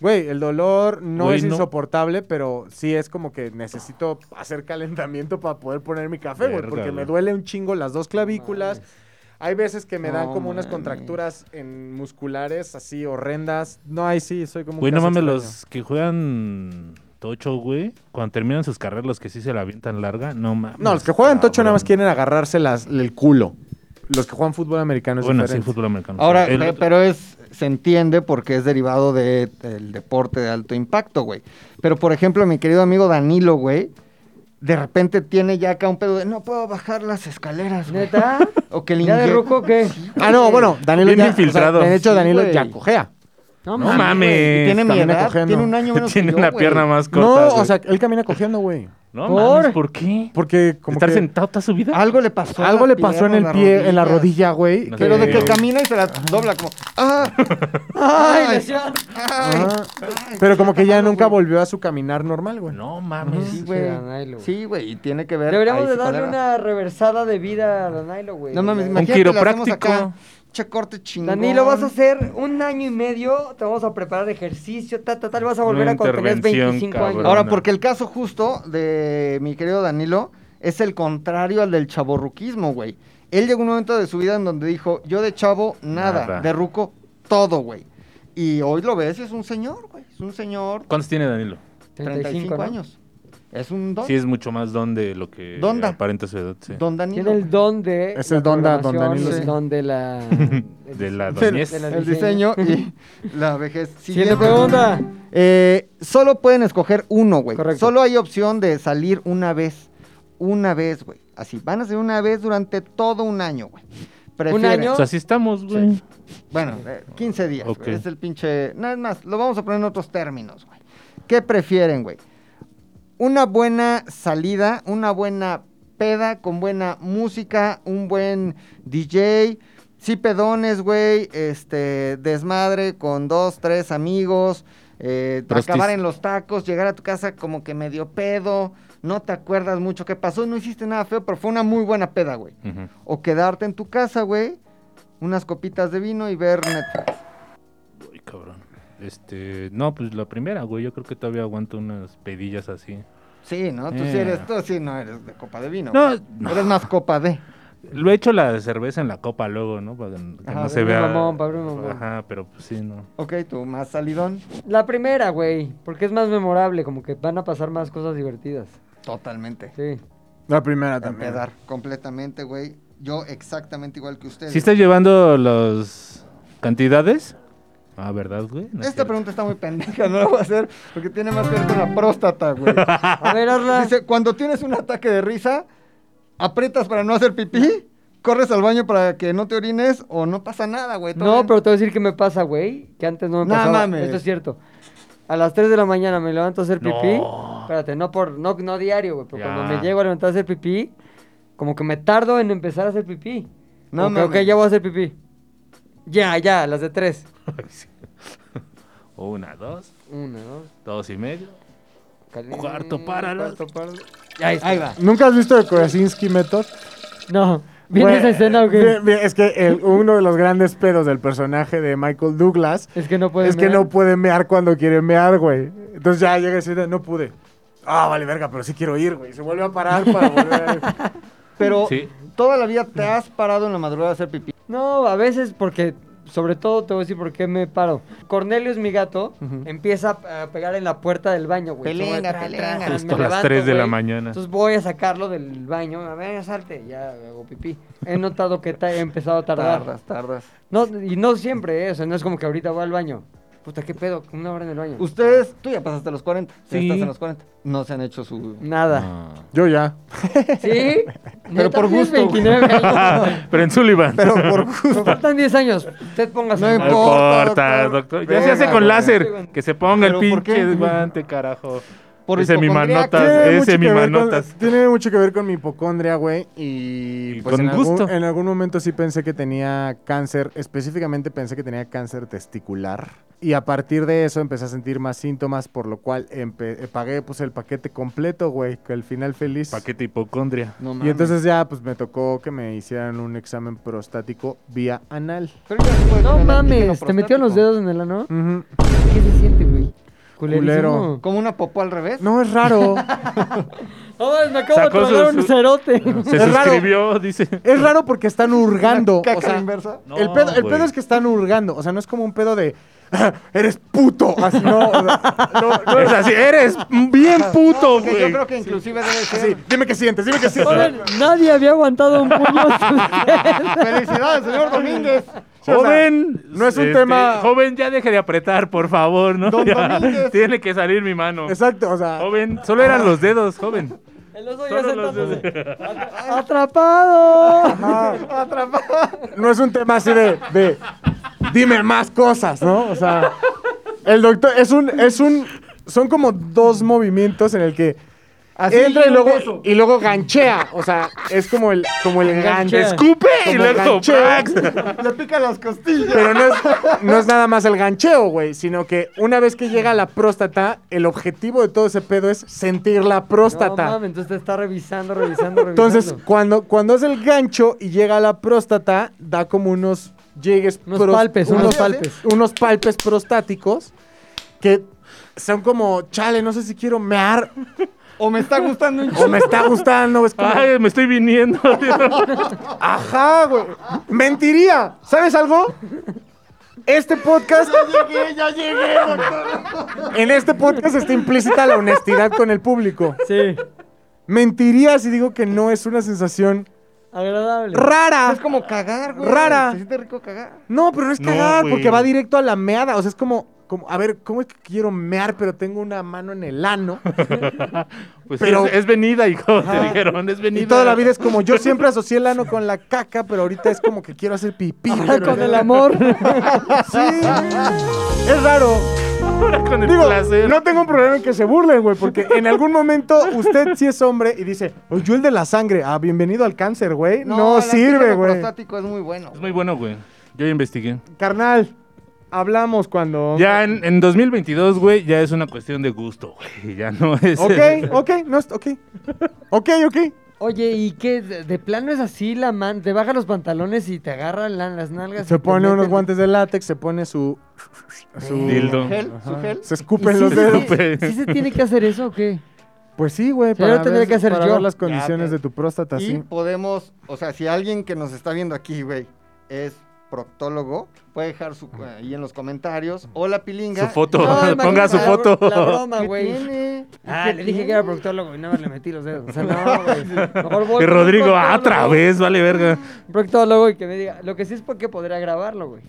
S4: güey, el dolor no
S3: Güey,
S4: es
S3: no.
S4: insoportable, pero sí es como que necesito hacer calentamiento para poder poner mi café, güey,
S3: Verga,
S4: porque me
S3: güey.
S4: duele un chingo las dos clavículas. Hay veces que me dan
S2: No
S4: como unas
S2: mames.
S4: contracturas en musculares así horrendas. No, ahí sí, soy como un
S3: Güey, no
S4: caso
S3: mames,
S4: extraño.
S3: los que juegan tocho, güey, cuando terminan sus carreras, los que sí se la avientan larga, no mames.
S4: No, los que juegan tocho nada más
S3: cabrón.
S4: quieren agarrarse las, el culo. Los que juegan fútbol americano es
S3: Bueno, sí,
S4: diferente.
S3: fútbol americano.
S2: Ahora,
S3: El-
S2: pe- pero es, se entiende porque es derivado de- del deporte de alto impacto, güey. Pero, por ejemplo, mi querido amigo Danilo, güey, de repente tiene ya acá un pedo de no puedo bajar las escaleras, güey.
S6: ¿Neta?
S2: O que le
S6: ¿Ya de
S2: inye-
S6: ruco o qué?
S4: Ah, no, bueno, Danilo
S3: Bien
S4: ya,
S3: infiltrado.
S4: de hecho,
S2: Sí,
S4: Danilo
S2: güey.
S4: ya cojea.
S3: No
S2: Y
S3: mames.
S2: Tiene mi
S4: También
S2: edad,
S4: acogiendo.
S2: tiene un año menos que
S3: Tiene
S2: yo,
S3: una
S2: güey.
S3: pierna más corta.
S4: No, o
S3: güey.
S4: sea, él camina cojeando, güey.
S3: No
S6: ¿por?
S3: mames, ¿por qué?
S4: Porque como
S3: ¿Estar
S4: que
S3: sentado toda su vida?
S2: Algo le pasó. a
S4: algo
S2: la
S4: le pasó en
S2: pierna,
S4: el
S2: las
S4: pie, en la
S2: rodillas.
S4: rodilla, güey.
S3: No sé.
S2: Pero de que
S3: Sí.
S2: camina y se la dobla como. ¡Ah!
S6: ¡Ay,
S2: ¡Ay!
S6: lesión!
S2: ¡Ay!
S4: Ajá. Pero como que ya
S2: Ay,
S4: nunca
S2: güey.
S4: volvió a su caminar normal, güey.
S3: No mames.
S2: Sí,
S6: Sí,
S2: güey.
S6: Danilo, güey.
S2: Sí, güey. Y tiene que ver.
S6: Deberíamos
S2: ahí
S6: de
S2: sí
S6: darle
S2: con la edad.
S6: una reversada de vida a Danilo, güey.
S2: No mames,
S6: Ya.
S3: imagínate.
S2: imagínate. le hacemos
S3: quiropráctico.
S2: acá, Che corte chingón.
S6: Danilo, vas a hacer un año y medio, te vamos a preparar ejercicio, ta, ta, ta, y vas a volver
S3: Una
S6: a cuando tenías
S3: intervención,
S6: 25
S3: cabrón.
S6: años.
S2: Ahora,
S3: Perdona.
S2: porque el caso justo de mi querido Danilo es el contrario al del chaborruquismo, güey. Él llegó a un momento de su vida en donde dijo, yo de chavo, nada,
S3: Nada.
S2: de ruco, todo, güey. Y hoy lo ves y es un señor, güey. Es un señor,
S3: ¿Cuántos tiene Danilo?
S2: 35,
S6: ¿no?
S2: años. Es un don.
S3: Sí, es mucho más don de lo que
S2: Donda.
S3: aparenta su edad, sí.
S2: Don Danilo.
S6: Tiene el don de.
S4: Es
S6: la
S4: el don da- don
S6: programación,
S4: Danilo,
S6: El
S4: sí.
S6: don de la.
S3: De la
S2: Sí,
S3: doñez.
S6: de la-
S2: el diseño y la vejez.
S6: Siguiente pregunta.
S2: Eh, solo pueden escoger uno, güey.
S6: Correcto.
S2: Solo hay opción de salir una vez. Una vez, güey. Así, van a ser una vez durante todo un año, güey. Prefieren-
S6: año?
S3: O sea, así estamos, güey.
S2: Bueno, eh, 15 días, güey.
S3: Ok.
S2: Es el pinche... Nada más, lo vamos a poner en otros términos, güey. ¿Qué prefieren, güey? Una buena salida, una buena peda con buena música, un buen DJ, sí pedones, güey, este, desmadre con dos, tres amigos, eh,
S3: Prostis.
S2: acabar en los tacos, llegar a tu casa como que medio pedo, no te acuerdas mucho qué pasó, no hiciste nada feo, pero fue una muy buena peda, güey. O quedarte en tu casa, güey, unas copitas de vino y ver Netflix.
S3: Ay, cabrón. Este, no, pues la primera, güey. Yo creo que todavía aguanto unas pedillas así.
S2: Sí, ¿no? Tú sí
S3: Eh.
S2: eres, tú sí no eres de copa de vino.
S3: No,
S2: güey. Eres más copa de.
S3: Lo he hecho la cerveza en la copa luego, ¿no? Para que que
S2: Ajá,
S3: no se
S6: Pablo
S3: vea.
S6: Mamón, Pablo Mamón.
S3: Ajá, pero pues sí, no.
S2: Ok, tú más salidón.
S6: La primera, güey, porque es más memorable, como que van a pasar más cosas divertidas.
S2: Totalmente.
S6: Sí.
S4: La primera también.
S2: Empedar. Completamente, güey. Yo exactamente igual que ustedes.
S3: ¿Sí estás llevando las cantidades? Ah, ¿verdad, güey? No es
S2: Esta
S3: cierto.
S2: pregunta está muy pendeja, no la voy a hacer porque tiene más que ver con la próstata, güey.
S6: A ver, hazla.
S2: Dice, cuando tienes un ataque de risa, aprietas para no hacer pipí, corres al baño para que no te orines o no pasa nada, güey. todo
S6: No,
S2: bien.
S6: pero te voy a decir que me pasa, güey, que antes no me
S2: No
S6: pasaba.
S2: mames.
S6: Esto es cierto. A las 3 de la mañana me levanto a hacer pipí.
S3: No.
S6: Espérate, no por no, no diario, güey, pero
S3: Ya.
S6: cuando me llego a levantar a hacer pipí, como que me tardo en empezar a hacer pipí.
S2: No
S6: No, como que,
S2: mames.
S6: ok, ya voy a hacer pipí. Ya, ya, las de 3.
S3: Una, dos,
S6: Una, dos.
S3: dos y medio.
S6: caliente,
S3: Cuarto, páralo.
S6: cuarto, páralo. Ahí, está.
S4: ¿Nunca has visto el Koyasinski Method?
S6: No. ¿Viene
S4: Güey,
S6: esa escena o qué?
S4: bien, bien, es que el- uno de los grandes pedos del personaje de Michael Douglas
S6: Es que no puede
S4: es que no puede mear cuando quiere mear, güey. Entonces ya llega y dice, no pude. Ah, vale, verga, pero sí quiero ir, güey. Se vuelve a parar para volver a ir.
S2: Pero
S3: Sí.
S2: toda la vida te has parado en la madrugada a hacer pipí.
S6: No, a veces porque, sobre todo te voy a decir por qué me paro. Cornelio es mi gato, empieza a a pegar en la puerta del baño, güey.
S2: Pelenga,
S6: Sobre- tra-
S2: pelenga.
S6: tra- tra-
S3: Justo
S6: me
S3: a las
S6: levanto,
S3: 3 de la
S6: güey.
S3: mañana.
S6: Entonces voy a sacarlo del baño, a ver, salte, ya hago pipí. He notado que ta- he empezado a tardar.
S2: Tardas, tardas.
S6: No, y no siempre, ¿eh? o sea, no es como que ahorita voy al baño. Puta, qué pedo, una hora en el baño.
S2: Ustedes, tú ya pasaste los 40, ya
S3: Sí.
S2: estás en los 40. No se han hecho su...
S6: Nada.
S3: Ah.
S4: Yo ya.
S6: ¿Sí? Neta,
S2: por
S6: sí es
S2: gusto, güey.
S6: 29 años.
S3: Ah, pero en Sullivan.
S2: Pero por gusto.
S6: Me faltan 10 años. Usted póngase.
S2: No
S6: mal.
S3: No
S2: importa,
S3: importa,
S2: doctor.
S3: doctor. Ya se hace
S2: Venga,
S3: con
S2: güey.
S3: láser. Que se ponga el
S2: ¿Pero por qué?
S3: pinche guante, carajo.
S2: Por
S3: Ese mi
S2: hipocondriaca.
S3: manotas,
S4: Tiene mucho
S3: ese
S4: que
S3: mi
S4: ver con-
S3: manotas.
S4: tiene mucho que ver con mi hipocondria, güey. Y,
S3: Y
S4: pues
S3: con
S4: en,
S3: gusto.
S4: Algún, en algún momento sí pensé que tenía cáncer. Específicamente pensé que tenía cáncer testicular. Y a partir de eso empecé a sentir más síntomas, por lo cual empe- eh, pagué pues el paquete completo, güey, con el final feliz.
S3: Paquete hipocondria.
S2: No mames.
S4: Y entonces ya pues me tocó que me hicieran un examen prostático vía anal.
S2: Pero ya después
S6: No
S2: del
S6: mames,
S2: antígeno
S6: te metió los
S2: prostático.
S6: dedos en el ano.
S4: Ujú.
S6: ¿Qué se siente, güey?
S4: Culerísimo.
S2: ¿Como una popó al revés?
S4: No es raro.
S6: me acabo
S3: Sacó
S6: de tragar
S3: su- su-
S6: un cerote.
S3: Se
S4: Es raro.
S3: suscribió, dice.
S4: es raro porque están hurgando.
S2: Caca
S4: o sea,
S2: inversa.
S3: No,
S4: el pedo, el pedo
S3: güey.
S4: es que están hurgando. O sea, no es como un pedo de. "Ah, ¡Eres puto! Así, no, o sea, no, no
S3: Es
S4: es
S3: así, eres bien puto,
S2: Porque yo
S3: güey.
S2: creo que inclusive debe ser...
S4: así. Dime que sientes, dime que sientes.
S6: Joder, nadie había aguantado un puño.
S2: ¡Felicidades, señor Domínguez!
S4: o sea,
S3: Joven,
S4: no es un tema-
S3: este, Joven, ya deje de apretar, por favor, ¿no?
S2: Don
S3: Ya,
S2: Domínguez.
S3: tiene que salir mi mano.
S4: Exacto, o sea.
S3: Joven, solo eran los dedos, joven.
S6: El oso ya
S3: Solo los dedos.
S6: sentándose. ¡Atrapado!
S4: ajá, No es un tema así de, de, Dime más cosas, ¿no? O sea. El doctor. Es un. Es un. Son como dos movimientos en el que. entra y
S2: un
S4: luego,
S2: beso.
S4: y luego ganchea. O sea, es como el, como el ganche.
S6: Ganchea.
S3: Escupe y
S4: Como
S3: luego
S4: ganchea.
S3: prax.
S2: Le pica las costillas.
S4: Pero no es, no es nada más el gancheo, güey, sino que una vez que llega la próstata, el objetivo de todo ese pedo es sentir la próstata.
S6: No mames, entonces te está revisando, revisando, revisando.
S4: Entonces, cuando, cuando hace el gancho y llega a la próstata, da como unos llegues...
S6: Unos palpes, unos palpes.
S4: Unos palpes prostáticos que son como, chale, no sé si quiero mear
S2: O me está gustando un
S4: o me está gustando. Es como,
S3: Ay, me estoy viniendo.
S4: ajá, güey. Mentiría. ¿Sabes algo? Este podcast...
S2: llegué, ya llegué, doctor.
S4: En este podcast está implícita la honestidad con el público.
S6: Sí,
S4: Mentiría si digo que no es una sensación
S6: agradable.
S4: rara.
S2: Es como cagar, güey.
S4: Rara.
S2: Se siente rico cagar.
S4: No, pero no es
S3: No,
S4: cagar
S3: güey.
S4: porque va directo a la meada. O sea, es como, como, a ver, ¿cómo es que quiero mear pero tengo una mano en el ano?
S3: Pues
S4: Pero-
S3: es, es venida, hijo, te dijeron, es venida.
S4: Y toda la vida es como, yo siempre asocié el ano con la caca, pero ahorita es como que quiero hacer pipí.
S6: Ahora
S4: pero-
S6: con el amor.
S4: Sí. Es raro.
S3: Ahora con el
S4: Digo,
S3: placer.
S4: no tengo un problema en que se burlen, güey, porque en algún momento usted sí es hombre y dice, oh, yo el de la sangre, ah, bienvenido al cáncer, güey. No,
S2: el
S4: sirve,
S2: antígeno
S4: güey.
S2: prostático es muy bueno.
S3: Es muy bueno, güey. Yo ya investigué.
S4: Carnal, hablamos cuando...
S3: Ya en, en 2022, güey, ya es una cuestión de gusto, güey. Ya no es.
S4: Ok, ok, no, est- ok. Ok, ok.
S6: Oye, ¿y qué? ¿De de plano es así la man? Te baja los pantalones y te agarran las nalgas. y
S4: Se
S6: te
S4: pone unos
S6: meten-
S4: guantes de látex, se pone su... su
S3: Dildo.
S2: Gel, su gel.
S4: Se
S6: ¿Y
S4: escupen
S6: sí
S4: los
S6: se-
S4: dedos.
S3: Escupe.
S6: ¿Sí se tiene que hacer eso o qué?
S4: Pues sí, güey,
S6: Ya lo
S4: para,
S6: tendré
S4: ver,
S6: que hacer
S4: para
S6: yo.
S4: ver las
S6: Ya,
S4: condiciones
S2: ok.
S4: de tu próstata,
S2: Y
S4: sí.
S2: podemos, o sea, si alguien que nos está viendo aquí, güey, es proctólogo, puede dejar su ahí en los comentarios. o la pilinga.
S3: Su foto.
S6: No, imagínate
S3: Ponga su
S6: la-
S3: foto.
S6: La broma,
S2: ¿Qué
S6: güey.
S2: tiene?
S6: Ah,
S2: ¿Qué
S6: le dije
S2: tiene?
S6: que era proctólogo y nada más le metí los dedos. O sea, no, güey. Mejor voy
S3: Y
S6: con un
S3: Rodrigo, ah,
S6: proctólogo.
S3: otra vez, vale verga.
S6: Un Proctólogo y que me diga. Lo que sí es porque podría grabarlo, güey.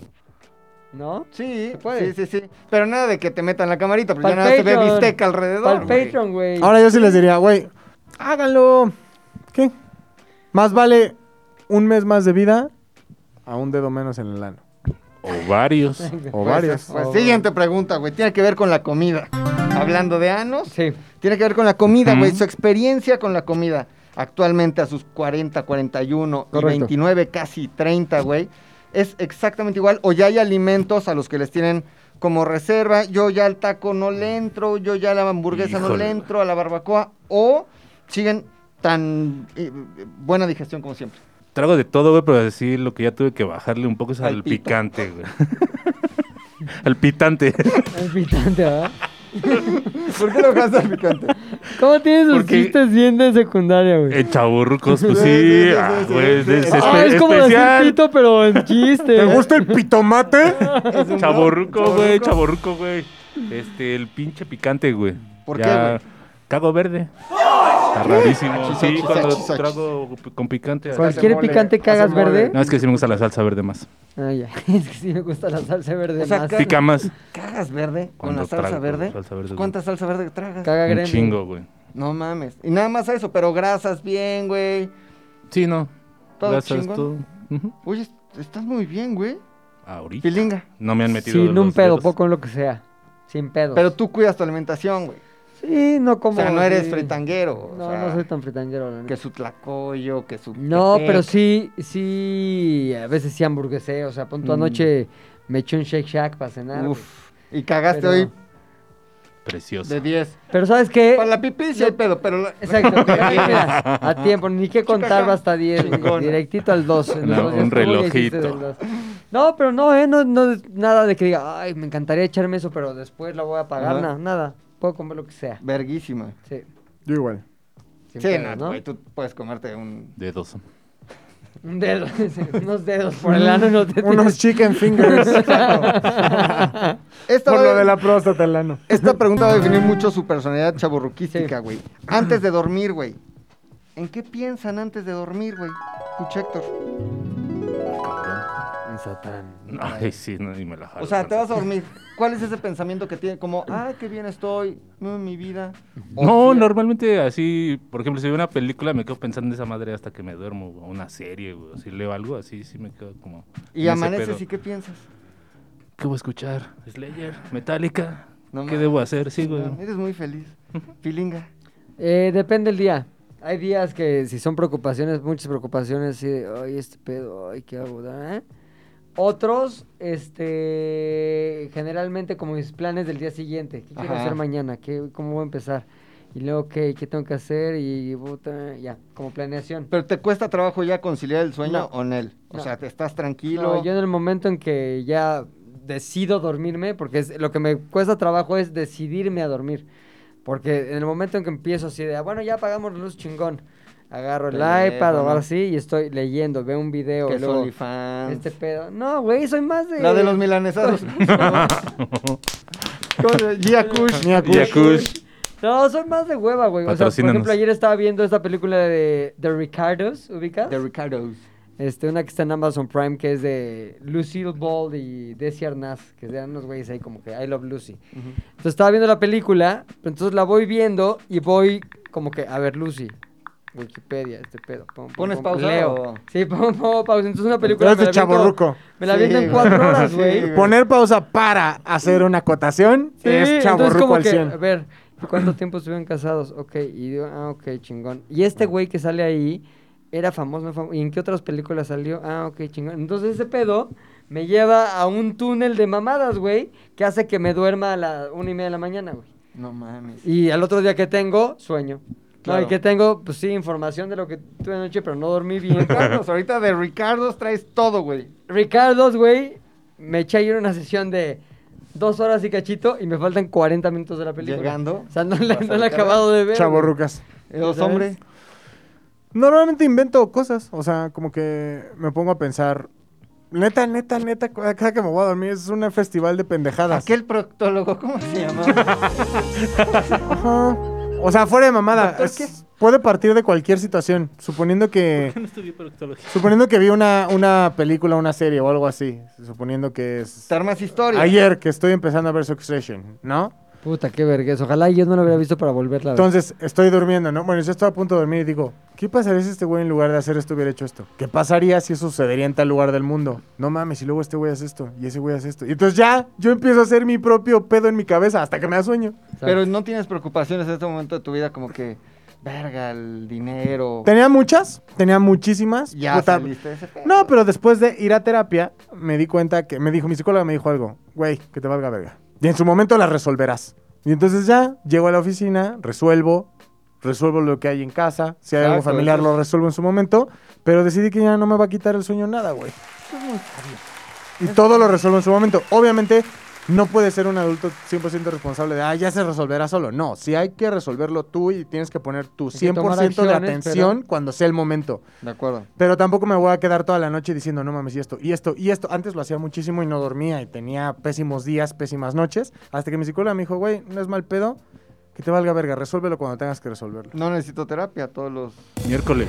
S6: ¿No?
S2: Sí,
S6: Se puede.
S2: sí, sí, sí. Pero nada de que te metan la camarita, porque ya
S6: Pa'l
S2: nada más se ve
S6: Patreon.
S2: bistec alrededor.
S6: Para el
S2: güey.
S6: Patreon, güey.
S4: Ahora yo sí les diría, güey, háganlo. ¿Qué? Más vale un mes más de vida a un dedo menos en el ano.
S3: O varios.
S4: O
S2: Pues,
S4: varios.
S2: pues,
S6: O-
S2: siguiente pregunta, güey. Tiene que ver con la comida. Hablando de anos,
S6: Sí.
S2: tiene que ver con la comida, güey.
S3: Ujú.
S2: Su experiencia con la comida. Actualmente a sus 40, 41, y
S4: Correcto.
S2: 29, casi 30, güey. Es exactamente igual. O ya hay alimentos a los que les tienen como reserva. Yo ya al taco no le entro. Yo ya a la hamburguesa no
S3: Híjole,
S2: le
S3: güey.
S2: entro. A la barbacoa. O siguen tan eh, buena digestión como siempre.
S3: Trago de todo, güey, pero decir lo que ya tuve que bajarle un poco es al
S2: Al pito.
S3: picante, güey. al pitante.
S6: Es pitante, ¿verdad?
S2: ¿Por qué lo dejaste al picante?
S6: ¿Cómo tienes sus
S3: Porque-
S6: chistes bien de secundaria, güey?
S3: El chaburrucos, pues
S2: Sí, sí,
S3: sí.
S2: sí,
S3: ah,
S2: sí,
S3: güey,
S2: sí.
S3: es
S2: Ah,
S6: Ah,
S3: espe-
S6: es como
S3: especial.
S6: decir pito, pero en chiste.
S4: ¿Te gusta el pitomate?
S3: Chaborruco, güey, chaborruco, güey. Este, el pinche picante, güey.
S2: ¿Por
S3: Ya
S2: qué,
S3: Cago verde. Está rarísimo.
S2: Achis,
S3: Sí,
S2: achis,
S3: cuando
S2: achis, achis.
S3: trago p- con picante.
S2: Cual-
S6: ¿Cualquier
S2: Hace mole,
S6: picante cagas
S2: hace mole.
S6: verde?
S3: No, es que sí me gusta la salsa verde más.
S6: Ah, ya. Es que sí me gusta la salsa verde
S2: O sea,
S6: más.
S2: ca-
S3: Pica más.
S2: ¿Cagas verde? ¿Con
S3: Cuando
S2: la salsa
S3: trago
S2: verde? Pues,
S3: salsa verde,
S2: ¿Cuánta salsa verde tragas?
S6: Caga
S3: Un
S6: gremlin.
S3: chingo, güey.
S2: No mames. Y nada más a eso, pero grasas bien, güey.
S3: Sí, no.
S2: Todo
S3: Gracias,
S2: chingón.
S3: todo. Ujú.
S2: Oye, est- estás muy bien, güey.
S3: Ahorita.
S2: Pilinga.
S3: No me han metido.
S6: Sin
S3: los
S6: un pedo,
S3: dedos.
S6: poco en lo que sea. Sin pedos.
S2: Pero tú cuidas tu alimentación, güey.
S6: Sí, no
S2: O
S6: como.
S2: sea, no eres
S6: sí.
S2: fritanguero. o
S6: No,
S2: sea,
S6: no soy tan fritanguero, la
S2: Que
S6: neta.
S2: su tlacoyo, que su...
S6: No,
S2: tepec.
S6: pero sí, sí, a veces sí hamburguesé. O sea, pon tu
S2: Mm.
S6: anoche me eché un Shake Shack para cenar. güey.
S2: Uf. Y cagaste
S6: Pero-
S2: hoy
S3: Precioso.
S2: de 10.
S6: Pero ¿sabes qué?
S2: Para la pipí sí hay pedo, pero... la-
S6: Eh, Exacto, que ahí, mira, a tiempo, ni que contar
S2: Chingón.
S6: hasta 10,
S2: Chingón.
S6: directito al 2.
S3: No, un relojito.
S6: No, pero no, eh, no, no, nada de que diga, ay, me encantaría echarme eso, pero después la voy a pagar,
S2: Ajá.
S6: nada, nada, puedo comer lo que sea.
S2: Verguísima.
S6: Sí,
S4: Yo igual.
S6: sin
S2: Sí,
S6: pedos,
S2: no,
S6: ¿no?
S2: güey, tú puedes comerte un...
S3: Dedos.
S6: Un dedo, sí, unos dedos por el ano, unos dedos.
S4: Unos chicken fingers.
S2: Esta
S4: por
S2: va-
S4: lo de la próstata, el ano.
S2: Esta pregunta va a definir mucho su personalidad chaburruquística, güey. Antes de dormir, güey. ¿En qué piensan antes de dormir, güey? Escucha, Héctor.
S6: En Satán.
S3: Ay, sí, no, ni me la jalo.
S2: O sea, te vas
S3: tanto.
S2: a dormir. ¿Cuál es ese pensamiento que tiene? Como, ah, qué bien estoy, no, mi vida. O
S3: No,
S2: sí,
S3: normalmente así, por ejemplo, si veo una película me quedo pensando en esa madre hasta que me duermo, o una serie, o si leo algo así, sí me quedo como... en
S2: Y
S3: ese
S2: amaneces
S3: pedo.
S2: y qué piensas.
S3: ¿Qué voy a escuchar? ¿Slayer? ¿Metallica?
S2: No
S3: ¿Qué
S2: mames.
S3: debo hacer? Sí, güey.
S2: Eres muy feliz. Pilinga.
S6: Eh, depende el día. Hay días que si son preocupaciones, muchas preocupaciones, sí, de, ay, este pedo, ay, qué hago, ¿eh? Otros, este, generalmente como mis planes del día siguiente, qué quiero
S2: Ajá.
S6: hacer mañana, ¿Qué, cómo voy a empezar, y luego qué, qué tengo que hacer y puta, ya, como planeación.
S2: Pero te cuesta trabajo ya conciliar el sueño
S6: No.
S2: o en él. O
S6: No.
S2: sea, te estás tranquilo.
S6: No, yo en el momento en que ya decido dormirme, porque es, lo que me cuesta trabajo es decidirme a dormir. Porque en el momento en que empiezo así de, "Ah, bueno, ya apagamos la luz chingón, agarro el iPad o
S2: Teléfono.
S6: algo así y estoy leyendo, veo un video,
S2: que
S6: luego,
S2: soy fan.
S6: este pedo. No, güey, soy más de...
S2: La de los milanesados. ¿Cómo se llama? Gia Kush.
S3: Yakush.
S6: No, soy más de hueva, güey. O sea, por
S3: Patrocínanos.
S6: ejemplo, ayer estaba viendo esta película de The Ricardos, ¿ubicas?
S2: De Ricardo's.
S6: Este, una que está en Amazon Prime que es de Lucille Ball y Desi Arnaz, que eran unos güeyes ahí como que I Love Lucy. Entonces estaba viendo la película, pero entonces la voy viendo y voy como que, a ver, Lucy, Wikipedia, este pedo. pum, pum,
S2: ¿Pones
S6: pum,
S2: pausa
S6: Leo.
S2: o-
S6: Sí, pongo pausa. Entonces una película...
S4: Eres de
S6: me la aviento-
S4: chaborruco.
S6: Me la
S2: Sí,
S6: viendo en
S2: güey.
S6: cuatro horas,
S2: Sí,
S6: güey.
S2: güey.
S4: Poner pausa para hacer una acotación
S6: Sí,
S4: es
S6: entonces como
S4: chaborruco al
S6: que,
S4: 100.
S6: A ver, ¿y ¿cuánto tiempo estuvieron casados? Ok, y digo, ah, ok, chingón. Y este güey que sale ahí, ¿era famoso? no famo- ¿Y en qué otras películas salió? Ah, ok, chingón. Entonces ese pedo me lleva a un túnel de mamadas, güey, que hace que me duerma a la una y media de la mañana, güey.
S2: No mames.
S6: Y al otro día que tengo, sueño.
S2: Claro.
S6: No, y que tengo, pues sí, información de lo que tuve anoche, pero no dormí bien.
S2: Carlos, ahorita de Ricardo traes todo, güey.
S6: Ricardo, güey, me eché ayer una sesión de dos horas y cachito y me faltan 40 minutos de la película.
S2: Llegando.
S6: O sea, no la,
S2: Vas a
S6: no la he
S2: Ricardo.
S6: acabado de ver. güey.
S4: Chavorrucas.
S2: Los
S6: ¿Sabes?
S2: hombres.
S4: Normalmente invento cosas, o sea, como que me pongo a pensar, neta, neta, neta, cada que me voy a dormir es un festival de pendejadas.
S2: Aquel proctólogo, ¿cómo se llama?
S4: Ajá. O sea, fuera de mamada,
S2: ¿Doctor
S4: es-
S2: qué?
S4: puede partir de cualquier situación, suponiendo que
S8: No estudié proctología.
S4: suponiendo que vi una, una película, una serie o algo así, suponiendo que es
S2: Te armas historia.
S4: ayer que estoy empezando a ver Succession, ¿no?
S6: Puta, qué vergüenza. Ojalá yo no la hubiera visto para volverla a ver.
S4: Entonces, estoy durmiendo, ¿no? Bueno, yo estoy a punto de dormir y digo, ¿qué pasaría si este güey en lugar de hacer esto hubiera hecho esto? ¿Qué pasaría si eso sucedería en tal lugar del mundo? No mames, y luego este güey hace esto, y ese güey hace esto. Y entonces ya, yo empiezo a hacer mi propio pedo en mi cabeza hasta que me da sueño.
S2: Pero no tienes preocupaciones en este momento de tu vida, como que, verga, el dinero.
S4: Tenía muchas, tenía muchísimas.
S2: Ya
S4: puta.
S2: saliste de ese pedo.
S4: No, pero después de ir a terapia, me di cuenta que, me dijo, mi psicóloga me dijo algo, güey, que te valga verga. Y en su momento la resolverás. Y entonces ya, llego a la oficina, resuelvo, resuelvo lo que hay en casa, si hay algo
S2: Exacto,
S4: familiar
S2: eso es-
S4: lo resuelvo en su momento, pero decidí que ya no me va a quitar el sueño nada, güey. Y todo lo resuelvo en su momento. Obviamente, no puedes ser un adulto 100% responsable de, ah, ya se resolverá solo. No, si hay que resolverlo tú y tienes que poner tu
S6: Hay que tomar
S4: 100% de
S6: acciones, pero-
S4: atención cuando sea el momento.
S2: De acuerdo.
S4: Pero tampoco me voy a quedar toda la noche diciendo, no mames, y esto, y esto, y esto. Antes lo hacía muchísimo y no dormía y tenía pésimos días, pésimas noches. Hasta que mi psicóloga me dijo, güey, no es mal pedo, que te valga verga, resuélvelo cuando tengas que resolverlo.
S2: No necesito terapia, todos los
S3: Miércoles,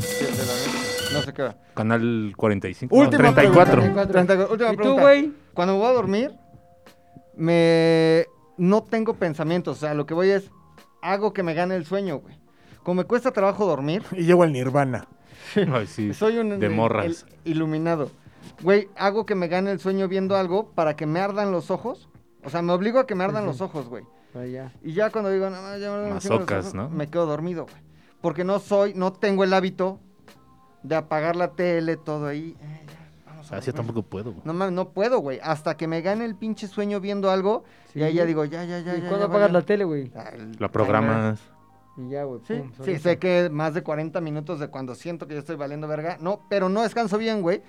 S2: siete de la noche. No sé qué hora.
S3: canal 45. no,
S4: Última
S3: 34.
S2: pregunta. 34. Última
S6: ¿Y tú,
S2: pregunta.
S6: güey?
S2: Cuando me voy a dormir, me no tengo pensamientos. O sea, lo que voy es, hago que me gane el sueño, güey. Como me cuesta trabajo dormir,
S4: Y llego al nirvana.
S3: Ay, sí.
S2: soy un
S3: De
S2: el-
S3: morras.
S2: el iluminado. Güey, hago que me gane el sueño viendo algo para que me ardan los ojos. O sea, me obligo a que me ardan los ojos, güey.
S6: Para allá.
S2: Y ya cuando digo, no, mames, ya me arden un chingo los
S3: Masocas,
S2: ojos",
S3: ¿no?
S2: me quedo dormido, güey. Porque no soy, no tengo el hábito de apagar la tele, todo ahí. Eh, ya, vamos a
S3: Así
S2: dormir.
S3: Ah, tampoco puedo. güey.
S2: No mames, no puedo, güey. Hasta que me gane el pinche sueño viendo algo.
S6: Sí.
S2: Y ahí ya digo, ya, ya, ya.
S6: ¿Y
S2: ya, ya
S6: cuándo apagas
S2: valió.
S6: la tele, güey?
S2: Ah, el-
S3: La programas.
S6: Y ya, güey.
S2: Sí,
S6: pum,
S2: sí,
S6: solito.
S2: sé que más de 40 minutos de cuando siento que yo estoy valiendo verga. No, pero no descanso bien, güey.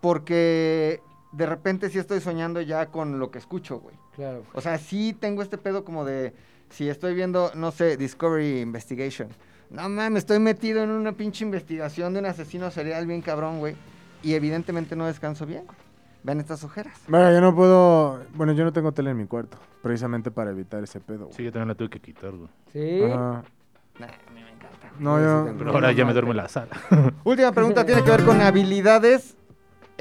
S2: Porque de repente sí estoy soñando ya con lo que escucho, güey.
S6: Claro.
S2: O sea, sí tengo este pedo como de. Si estoy viendo, no sé, Discovery Investigation. No mames, estoy metido en una pinche investigación de un asesino serial bien cabrón, güey. Y evidentemente no descanso bien. Vean estas ojeras.
S4: Verga, yo no puedo. Bueno, yo no tengo tele en mi cuarto, precisamente para evitar ese pedo. güey.
S3: Sí, yo también la tuve que quitar, güey.
S6: Sí.
S4: Ajá.
S2: Nah, a mí me encanta.
S4: No, yo.
S3: Pero ahora ya me duermo en la sala.
S2: Última pregunta tiene que ver con habilidades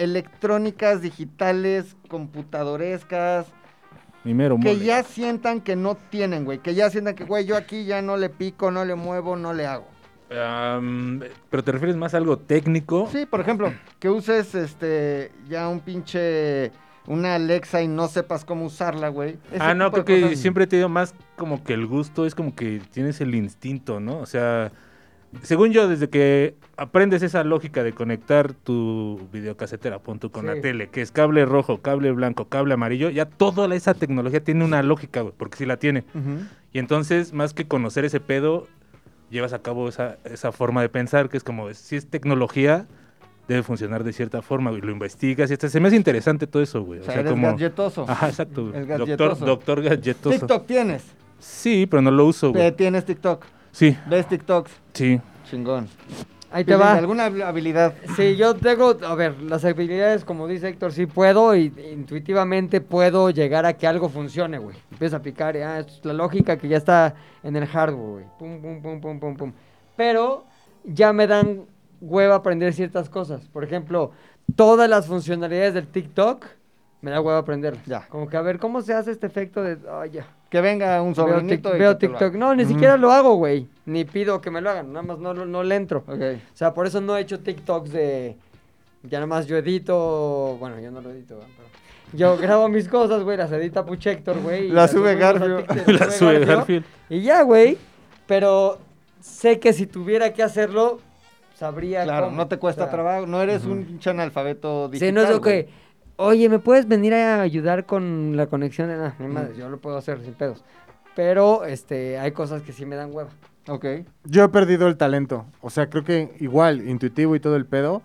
S2: electrónicas, digitales, computadorescas,
S3: Mi mero
S2: que
S3: mole.
S2: ya sientan que no tienen, güey, que ya sientan que, güey, yo aquí ya no le pico, no le muevo, no le hago.
S3: Am, pero te refieres más a algo técnico.
S2: Sí, por ejemplo, que uses este ya un pinche una Alexa y no sepas cómo usarla, güey. Ese
S3: ah, no,
S2: tipo de
S3: creo que
S2: cosas.
S3: siempre he tenido más como que el gusto, es como que tienes el instinto, ¿no? O sea, según yo, desde que aprendes esa lógica de conectar tu videocasetera, pon tú, con
S6: Sí.
S3: la tele, que es cable rojo, cable blanco, cable amarillo, ya toda la- esa tecnología tiene una lógica, güey, porque sí la tiene. Y entonces, más que conocer ese pedo, llevas a cabo esa, esa forma de pensar, que es como, si es tecnología, debe funcionar de cierta forma, güey. Lo investigas y hasta se me hace interesante todo eso, güey.
S2: O sea, eres
S3: como...
S2: gadgetoso.
S3: Ajá, exacto. güey.
S2: El
S3: Doctor,
S2: gadgetoso.
S3: doctor gadgetoso.
S2: TikTok tienes.
S3: Sí, pero no lo uso,
S2: Te
S3: güey.
S2: tienes TikTok.
S3: Sí,
S2: ¿Ves TikToks?
S3: sí.
S2: Chingón.
S6: Ahí te
S2: Pídele
S6: va.
S2: ¿Alguna habil- habilidad?
S6: Sí, yo tengo, a ver, las habilidades, como dice Héctor, sí puedo y intuitivamente puedo llegar a que algo funcione, güey. Empiezo a picar, y, ah, esto es la lógica que ya está en el hardware, güey. Pum, pum, pum, pum, pum, pum. Pero ya me dan hueva aprender ciertas cosas. Por ejemplo, todas las funcionalidades del TikTok me da hueva aprender.
S2: Ya.
S6: Como que a ver, ¿cómo se hace este efecto de, ay, ya?
S2: Que venga un
S6: Veo,
S2: sobrinito
S6: tic-
S2: y
S6: veo
S2: que te lo
S6: TikTok.
S2: haga.
S6: No, ni siquiera lo hago, güey. Ni pido que me lo hagan, nada más no, no, no le entro.
S2: Ok.
S6: O sea, por eso no he hecho TikToks de. Ya nomás yo edito. Bueno, yo no lo edito, ¿verdad? pero. Yo grabo mis cosas, güey, las edita Puchector, güey. y
S2: La
S6: las
S2: sube
S6: subimos a
S2: Garfio.
S6: TikTok,
S3: La sube Garfield.
S6: Y ya, güey. Pero sé que si tuviera que hacerlo, sabría.
S2: Claro,
S6: cómo,
S2: no te
S6: o
S2: cuesta
S6: sea,
S2: trabajo, no eres un pinche analfabeto digital.
S6: Sí, no es lo
S2: güey.
S6: que. oye, ¿me puedes venir a ayudar con la conexión? de nada, mi
S2: Mm.
S6: madre, yo lo puedo hacer sin pedos. Pero este, hay cosas que sí me dan hueva.
S2: Ok.
S4: Yo he perdido el talento. O sea, creo que igual, intuitivo y todo el pedo.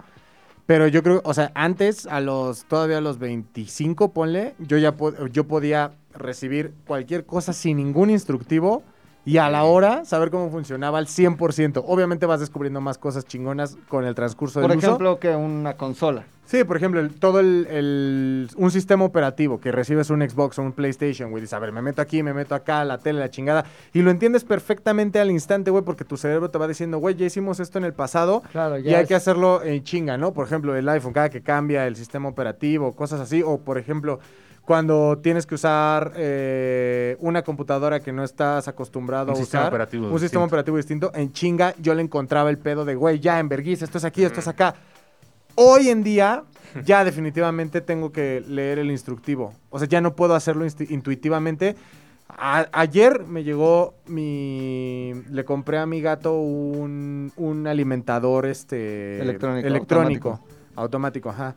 S4: Pero yo creo, o sea, antes, a los, todavía a los 25, ponle, yo ya po- yo podía recibir cualquier cosa sin ningún instructivo y a la hora saber cómo funcionaba al 100%. Obviamente vas descubriendo más cosas chingonas con el transcurso del
S2: Por
S4: uso.
S2: ejemplo, que una consola.
S4: Sí, por ejemplo, el- todo el, el- un sistema operativo que recibes un Xbox o un PlayStation, güey, dices, a ver, me meto aquí, me meto acá, la tele, la chingada, y lo entiendes perfectamente al instante, güey, porque tu cerebro te va diciendo, güey, ya hicimos esto en el pasado,
S6: Claro,
S4: y hay que hacerlo en chinga, ¿no? Por ejemplo, el iPhone, cada que cambia el sistema operativo, cosas así. O, por ejemplo, cuando tienes que usar eh, una computadora que no estás acostumbrado
S3: Un
S4: a
S3: sistema
S4: usar.
S3: operativo
S4: un
S3: distinto.
S4: sistema operativo distinto. En chinga, yo le encontraba el pedo de, güey, ya, en vergüenza, esto es aquí, esto es acá. Hoy en día, ya definitivamente tengo que leer el instructivo. O sea, ya no puedo hacerlo insti- intuitivamente. A- ayer me llegó mi. Le compré a mi gato un, un alimentador este.
S2: Electrónico,
S4: Electrónico. Automático. ajá.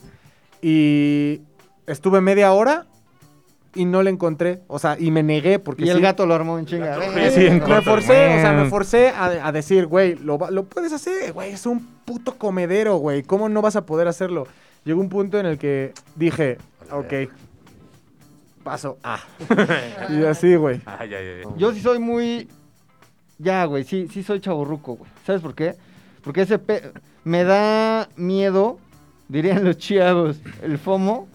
S4: Y estuve media hora y no le encontré. O sea, y me negué porque.
S2: Y el
S4: sí-
S2: gato lo armó en chinga. Eh,
S3: Sí, sí, en
S4: me
S3: corto.
S4: forcé, o sea, me forcé a, a decir, güey, lo, va- lo puedes hacer, güey, es un puto comedero, güey, ¿cómo no vas a poder hacerlo? Llegó un punto en el que dije, ok, paso A. y así, güey.
S3: Ay, ay, ay.
S2: Yo sí soy muy. Ya, güey, sí, sí soy chaburruco, güey. ¿Sabes por qué? Porque ese pe... me da miedo, dirían los chiados, el FOMO,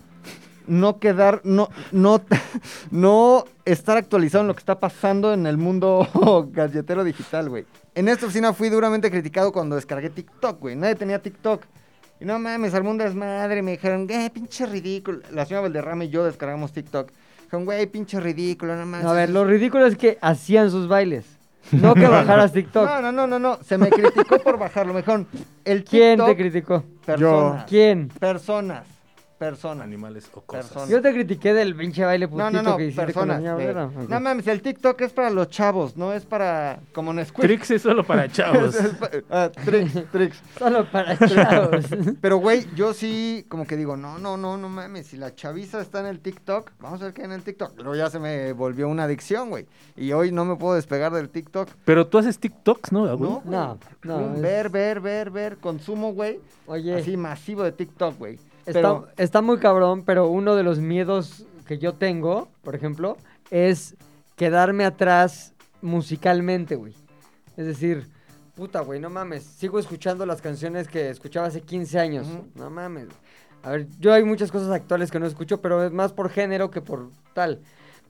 S2: no quedar, no, no, no estar actualizado en lo que está pasando en el mundo galletero digital, güey. En esta oficina fui duramente criticado cuando descargué TikTok, güey. Nadie tenía TikTok. Y no mames, armó un desmadre. Me dijeron, güey, pinche ridículo. La señora Valderrama y yo descargamos TikTok. Dijeron, güey, pinche ridículo, no mames.
S6: A ver, lo ridículo es que hacían sus bailes. No que bajaras TikTok.
S2: No, no, no, no, no. Se me criticó por bajarlo. Mejor, el
S6: ¿Quién
S2: TikTok,
S6: te criticó?
S2: Personas.
S6: ¿Quién?
S2: Personas. Personas.
S3: Animales o cosas.
S2: Personas.
S6: Yo te critiqué del pinche baile
S2: No,
S6: putito
S2: no, no,
S6: que hiciste con la
S2: personas.
S6: niña
S2: de-
S6: Valera. Ok.
S2: No mames, el TikTok es para los chavos, no es para como en escuela.
S3: Trix es solo para chavos.
S2: ah, Tricks, tricks.
S6: Solo para chavos.
S2: Pero güey, yo sí como que digo, no, no, no, no mames, si la chaviza está en el TikTok, vamos a ver qué hay en el TikTok. Luego ya se me volvió una adicción, güey. Y hoy no me puedo despegar del TikTok.
S3: Pero tú haces TikToks, ¿no? güey?
S2: No, güey.
S6: No, no. es-
S2: Ver, ver, ver, ver, consumo, güey.
S6: Oye,
S2: Así masivo de TikTok, güey.
S6: está,
S2: Pero-
S6: está muy cabrón, pero uno de los miedos que yo tengo, por ejemplo, es quedarme atrás musicalmente, güey. Es decir, puta, güey, no mames. Sigo escuchando las canciones que escuchaba hace 15 años.
S2: Ujú.
S6: No mames. güey. A ver, yo hay muchas cosas actuales que no escucho, pero es más por género que por tal.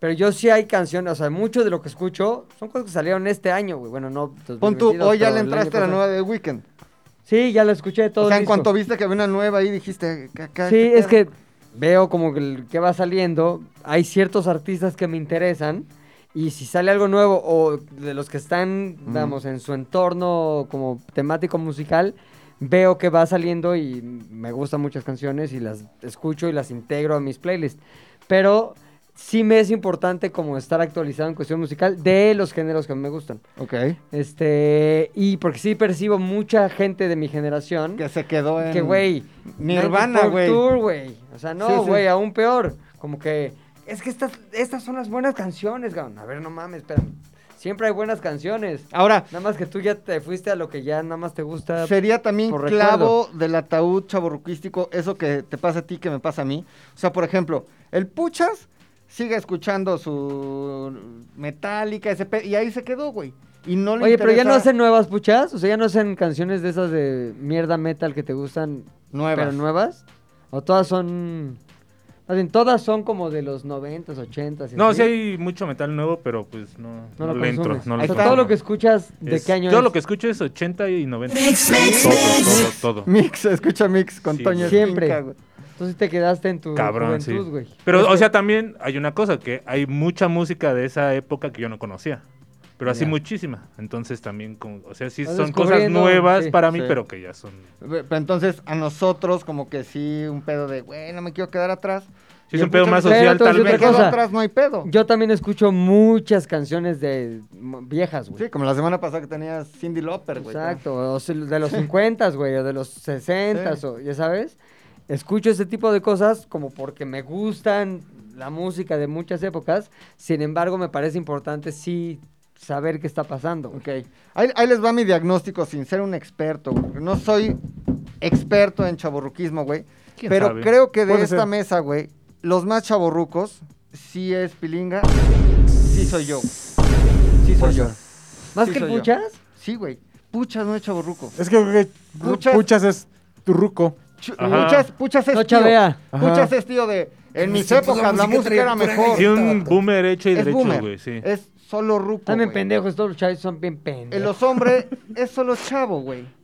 S6: Pero yo sí hay canciones, o sea, mucho de lo que escucho son cosas que salieron este año, güey. Bueno, no.
S2: Pon tú,
S6: 2022,
S2: hoy ya
S6: pero
S2: le
S6: el año
S2: entraste a la
S6: pasado.
S2: nueva de Weekend.
S6: Sí, ya la escuché todo.
S2: O sea,
S6: el
S2: en
S6: disco.
S2: cuanto viste que había una nueva ahí, dijiste... "Ca- ca-
S6: Sí,
S2: qué
S6: es
S2: pedo".
S6: que veo como que, el que va saliendo. Hay ciertos artistas que me interesan. Y si sale algo nuevo o de los que están, vamos, en su entorno como temático musical, veo que va saliendo y me gustan muchas canciones y las escucho y las integro a mis playlists. Pero sí me es importante como estar actualizado en cuestión musical de los géneros que me gustan. Este, y porque sí percibo mucha gente de mi generación.
S2: Que se quedó en...
S6: Que, güey.
S2: Nirvana,
S6: Nightwish
S2: güey.
S6: Tour, güey. O sea,
S2: Sí,
S6: no,
S2: sí.
S6: güey, aún peor. Como que. Es que estas, estas son las buenas canciones, cabrón. A ver, no mames, pero siempre hay buenas canciones.
S2: Ahora,
S6: Nada más que tú ya te fuiste a lo que ya nada más te gusta.
S2: sería también
S6: uh, por
S2: clavo del ataúd chaborruquístico eso que te pasa a ti, que me pasa a mí. O sea, por ejemplo, el Puchas sigue escuchando su Metallica, ese pe- y ahí se quedó, güey. Y no le
S6: Oye, pero ya no
S2: interesa
S6: hacen nuevas puchas. O sea, ya no hacen canciones de esas de mierda metal que te gustan,
S2: nuevas.
S6: pero nuevas. O todas son. Más bien, todas son como de los 90s, 80s. y
S3: No,
S6: así.
S3: sí hay mucho metal nuevo, pero pues no,
S6: No lo
S3: le entro.
S6: consumes.
S3: No
S6: o
S3: le
S6: sea,
S2: consumo.
S6: todo lo que escuchas, ¿de
S3: Es-
S6: qué año
S3: Yo
S6: es?
S3: lo que escucho es 80 y 90. todo, todo, todo.
S2: Mix, escucha Mix con
S3: Sí,
S2: Toño
S3: güey.
S6: Siempre.
S2: Esquinca, güey.
S6: Entonces te quedaste en tu
S3: Cabrón, sí.
S6: juventud, güey.
S3: Pero,
S6: Es
S3: o
S6: que-
S3: sea, también hay una cosa, que hay mucha música de esa época que yo no conocía. Pero así
S2: Ya.
S3: muchísima. Entonces también, como- o sea, sí
S6: Vas
S3: son cosas
S6: descubriendo,
S3: nuevas
S6: sí.
S3: para mí,
S2: Sí.
S3: pero que ya son...
S2: Ve- Pero entonces, a nosotros, como que sí, un pedo de, güey, no me quiero quedar atrás.
S3: Sí,
S2: Y
S3: es
S2: el
S3: un pedo
S2: Puchas
S3: más
S2: dice,
S6: Pero
S3: social
S6: entonces
S3: tal
S6: yo
S2: Me
S3: vez.
S6: otra
S2: quedo
S6: cosa.
S2: atrás, no hay pedo.
S6: Yo también escucho muchas canciones de mm, viejas, güey.
S2: Sí, como la semana pasada que tenías Cindy Lauper, güey.
S6: Exacto, o sea, de los 50, güey, o de los 60,
S2: Sí.
S6: o ya sabes. escucho este tipo de cosas como porque me gustan la música de muchas épocas, sin embargo me parece importante sí saber qué está pasando. güey.
S2: Ok. Ahí, ahí les va mi diagnóstico sin ser un experto. güey. No soy experto en chaborruquismo, güey.
S3: ¿Quién
S2: Pero
S3: sabe?
S2: creo que de
S4: Puede
S2: esta
S4: ser.
S2: mesa, güey, los más chaborrucos, sí es Pilinga, sí soy yo. güey. Sí soy yo.
S6: Más
S2: Sí
S6: que
S2: soy yo.
S6: escuchas,
S2: Sí, güey. Puchas no es chaborruco.
S4: Es que, creo que
S2: Puchas.
S4: Puchas, es tu ruco.
S2: Ch-
S3: Ajá.
S2: Puchas, puchas es
S6: No
S2: tío.
S6: chavea.
S4: Ajá.
S2: Puchas es tío de... En mis
S7: Sí, pues, la
S2: épocas la
S7: música
S2: música
S7: traía
S2: era
S7: pura
S2: mejor.
S3: Sí, un boomer hecho y
S2: Oh, Es
S3: derecho,
S2: boomer. Eh,
S3: güey, sí.
S2: Es solo ruco,
S6: también
S2: güey.
S6: pendejos, todos los chavos son bien pendejos.
S2: En los hombres es solo chavo, güey.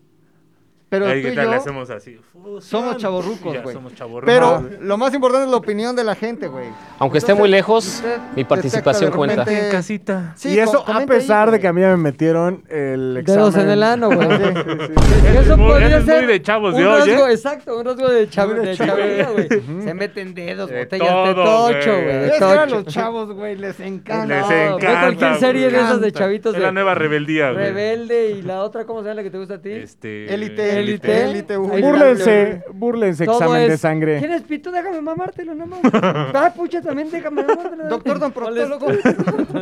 S2: Pero
S3: Ahí
S2: tú y
S3: tal, le
S2: yo-
S3: hacemos así. Fusión.
S2: Somos chavorrucos,
S3: Ya,
S2: güey.
S3: somos chavorrucos.
S2: Pero lo más importante es la opinión de la gente, güey.
S9: Aunque esté
S2: Entonces,
S9: muy lejos,
S2: usted
S9: mi
S2: detecta
S9: participación
S2: de
S9: cuenta.
S2: repente-
S3: en casita.
S2: Sí,
S4: y eso
S2: co-
S4: a
S2: comenta ahí,
S4: pesar de
S2: güey.
S4: que a mí me metieron el examen.
S6: Dedos en el ano, güey.
S3: Ese
S6: Eso
S3: es muy- ese
S6: podría
S3: es
S6: ser
S3: muy de chavos
S6: un
S3: de hoy,
S6: rasgo,
S3: ¿eh?
S6: exacto, un rasgo de, chav de chavería, güey. Se meten dedos,
S3: De
S6: botellas
S3: todo,
S6: de tocho,
S3: güey.
S6: güey. de
S2: Es que a
S6: tocho.
S2: los chavos, güey, les encanta.
S3: Les
S6: No, ve
S3: encanta.
S6: cualquier serie de
S3: güey.
S6: esas de chavitos
S3: Es la
S6: de
S3: nueva rebeldía, güey.
S6: Rebelde y la otra, ¿cómo se llama la que te gusta a ti?
S3: Este.
S2: Élite,
S6: Élite.
S2: élite, élite. uy.
S6: Ahí está.
S4: Búrlense, búrlense,
S6: Todo
S4: examen de
S6: es,
S4: sangre.
S6: ¿Quieres pito? Déjame mamártelo, no mames. Ah, pucha, también déjame mamártelo.
S2: Doctor Don
S6: ¿Cuál es?
S2: Proctólogo.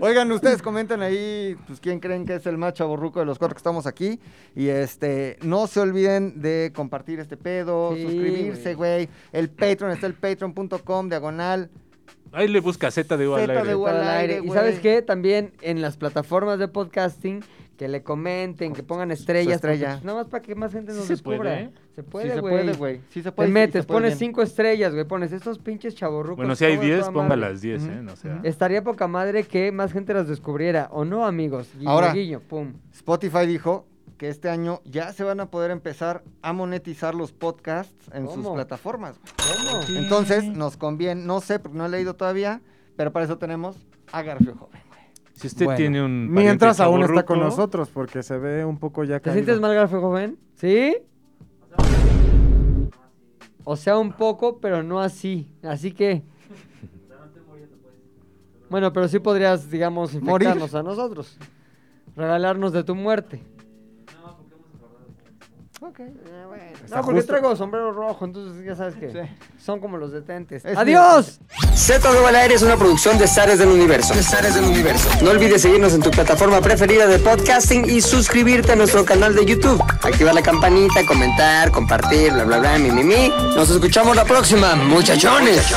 S2: Oigan, ustedes comenten ahí, pues, quién creen que es el más chaborruco de los cuatro que estamos aquí. Y este, no se olviden de compartir este pedo,
S6: Sí,
S2: suscribirse, güey. El Patreon está el patreon.com, diagonal.
S3: Ahí le busca Z de U al
S2: Zeta de
S3: aire.
S2: U.
S6: Para el aire. Y
S2: güey.
S6: sabes qué, también en las plataformas de podcasting, que le comenten, que pongan estrellas.
S2: estrella.
S6: porque, pues, Nada más para que más gente nos
S3: se
S6: descubra.
S3: puede, ¿eh?
S6: Se
S2: Sí
S6: puede,
S2: se
S6: güey.
S2: puede, güey. Sí se puede.
S6: Te
S2: sí se
S6: metes,
S2: puede
S6: pones
S2: bien.
S6: cinco estrellas, güey. Pones estos pinches chaborrucos.
S3: Bueno, si hay
S6: toda su
S3: 10,
S6: madre.
S3: ponga las 10,
S2: Ujú.
S3: ¿eh? No sea.
S6: Estaría poca madre que más gente las descubriera, ¿o no, amigos? Guiño,
S2: Ahora.
S6: guiño, pum.
S2: Spotify dijo que este año ya se van a poder empezar a monetizar los podcasts en sus
S6: ¿Cómo?
S2: plataformas. güey.
S6: ¿Cómo?
S2: Entonces nos conviene, no sé, porque no he leído todavía, pero para eso tenemos a Garfio Joven.
S3: Si usted
S4: Bueno,
S3: tiene un.
S4: Mientras
S3: pariente
S4: aún está
S3: chavorruco,
S4: con nosotros, porque se ve un poco ya
S6: ¿Te
S4: caído.
S6: sientes mal, Garfio Joven? ¿Sí? O sea, un poco, pero no así. Así que... Bueno, pero sí podrías, digamos,
S2: Morir.
S6: infectarnos a nosotros. Regalarnos de tu muerte. eh,
S2: Ok.
S6: No, porque traigo sombrero rojo, entonces ya sabes que son como los detentes.
S2: Es mi-
S6: ¡Adiós!
S1: Z2 al aire es una producción de Zares del Universo. del Universo. No olvides seguirnos en tu plataforma preferida de podcasting y suscribirte a nuestro canal de YouTube. Activar la campanita, comentar, compartir, bla, bla, bla, mi, mi, mi. Nos escuchamos la próxima, muchachones.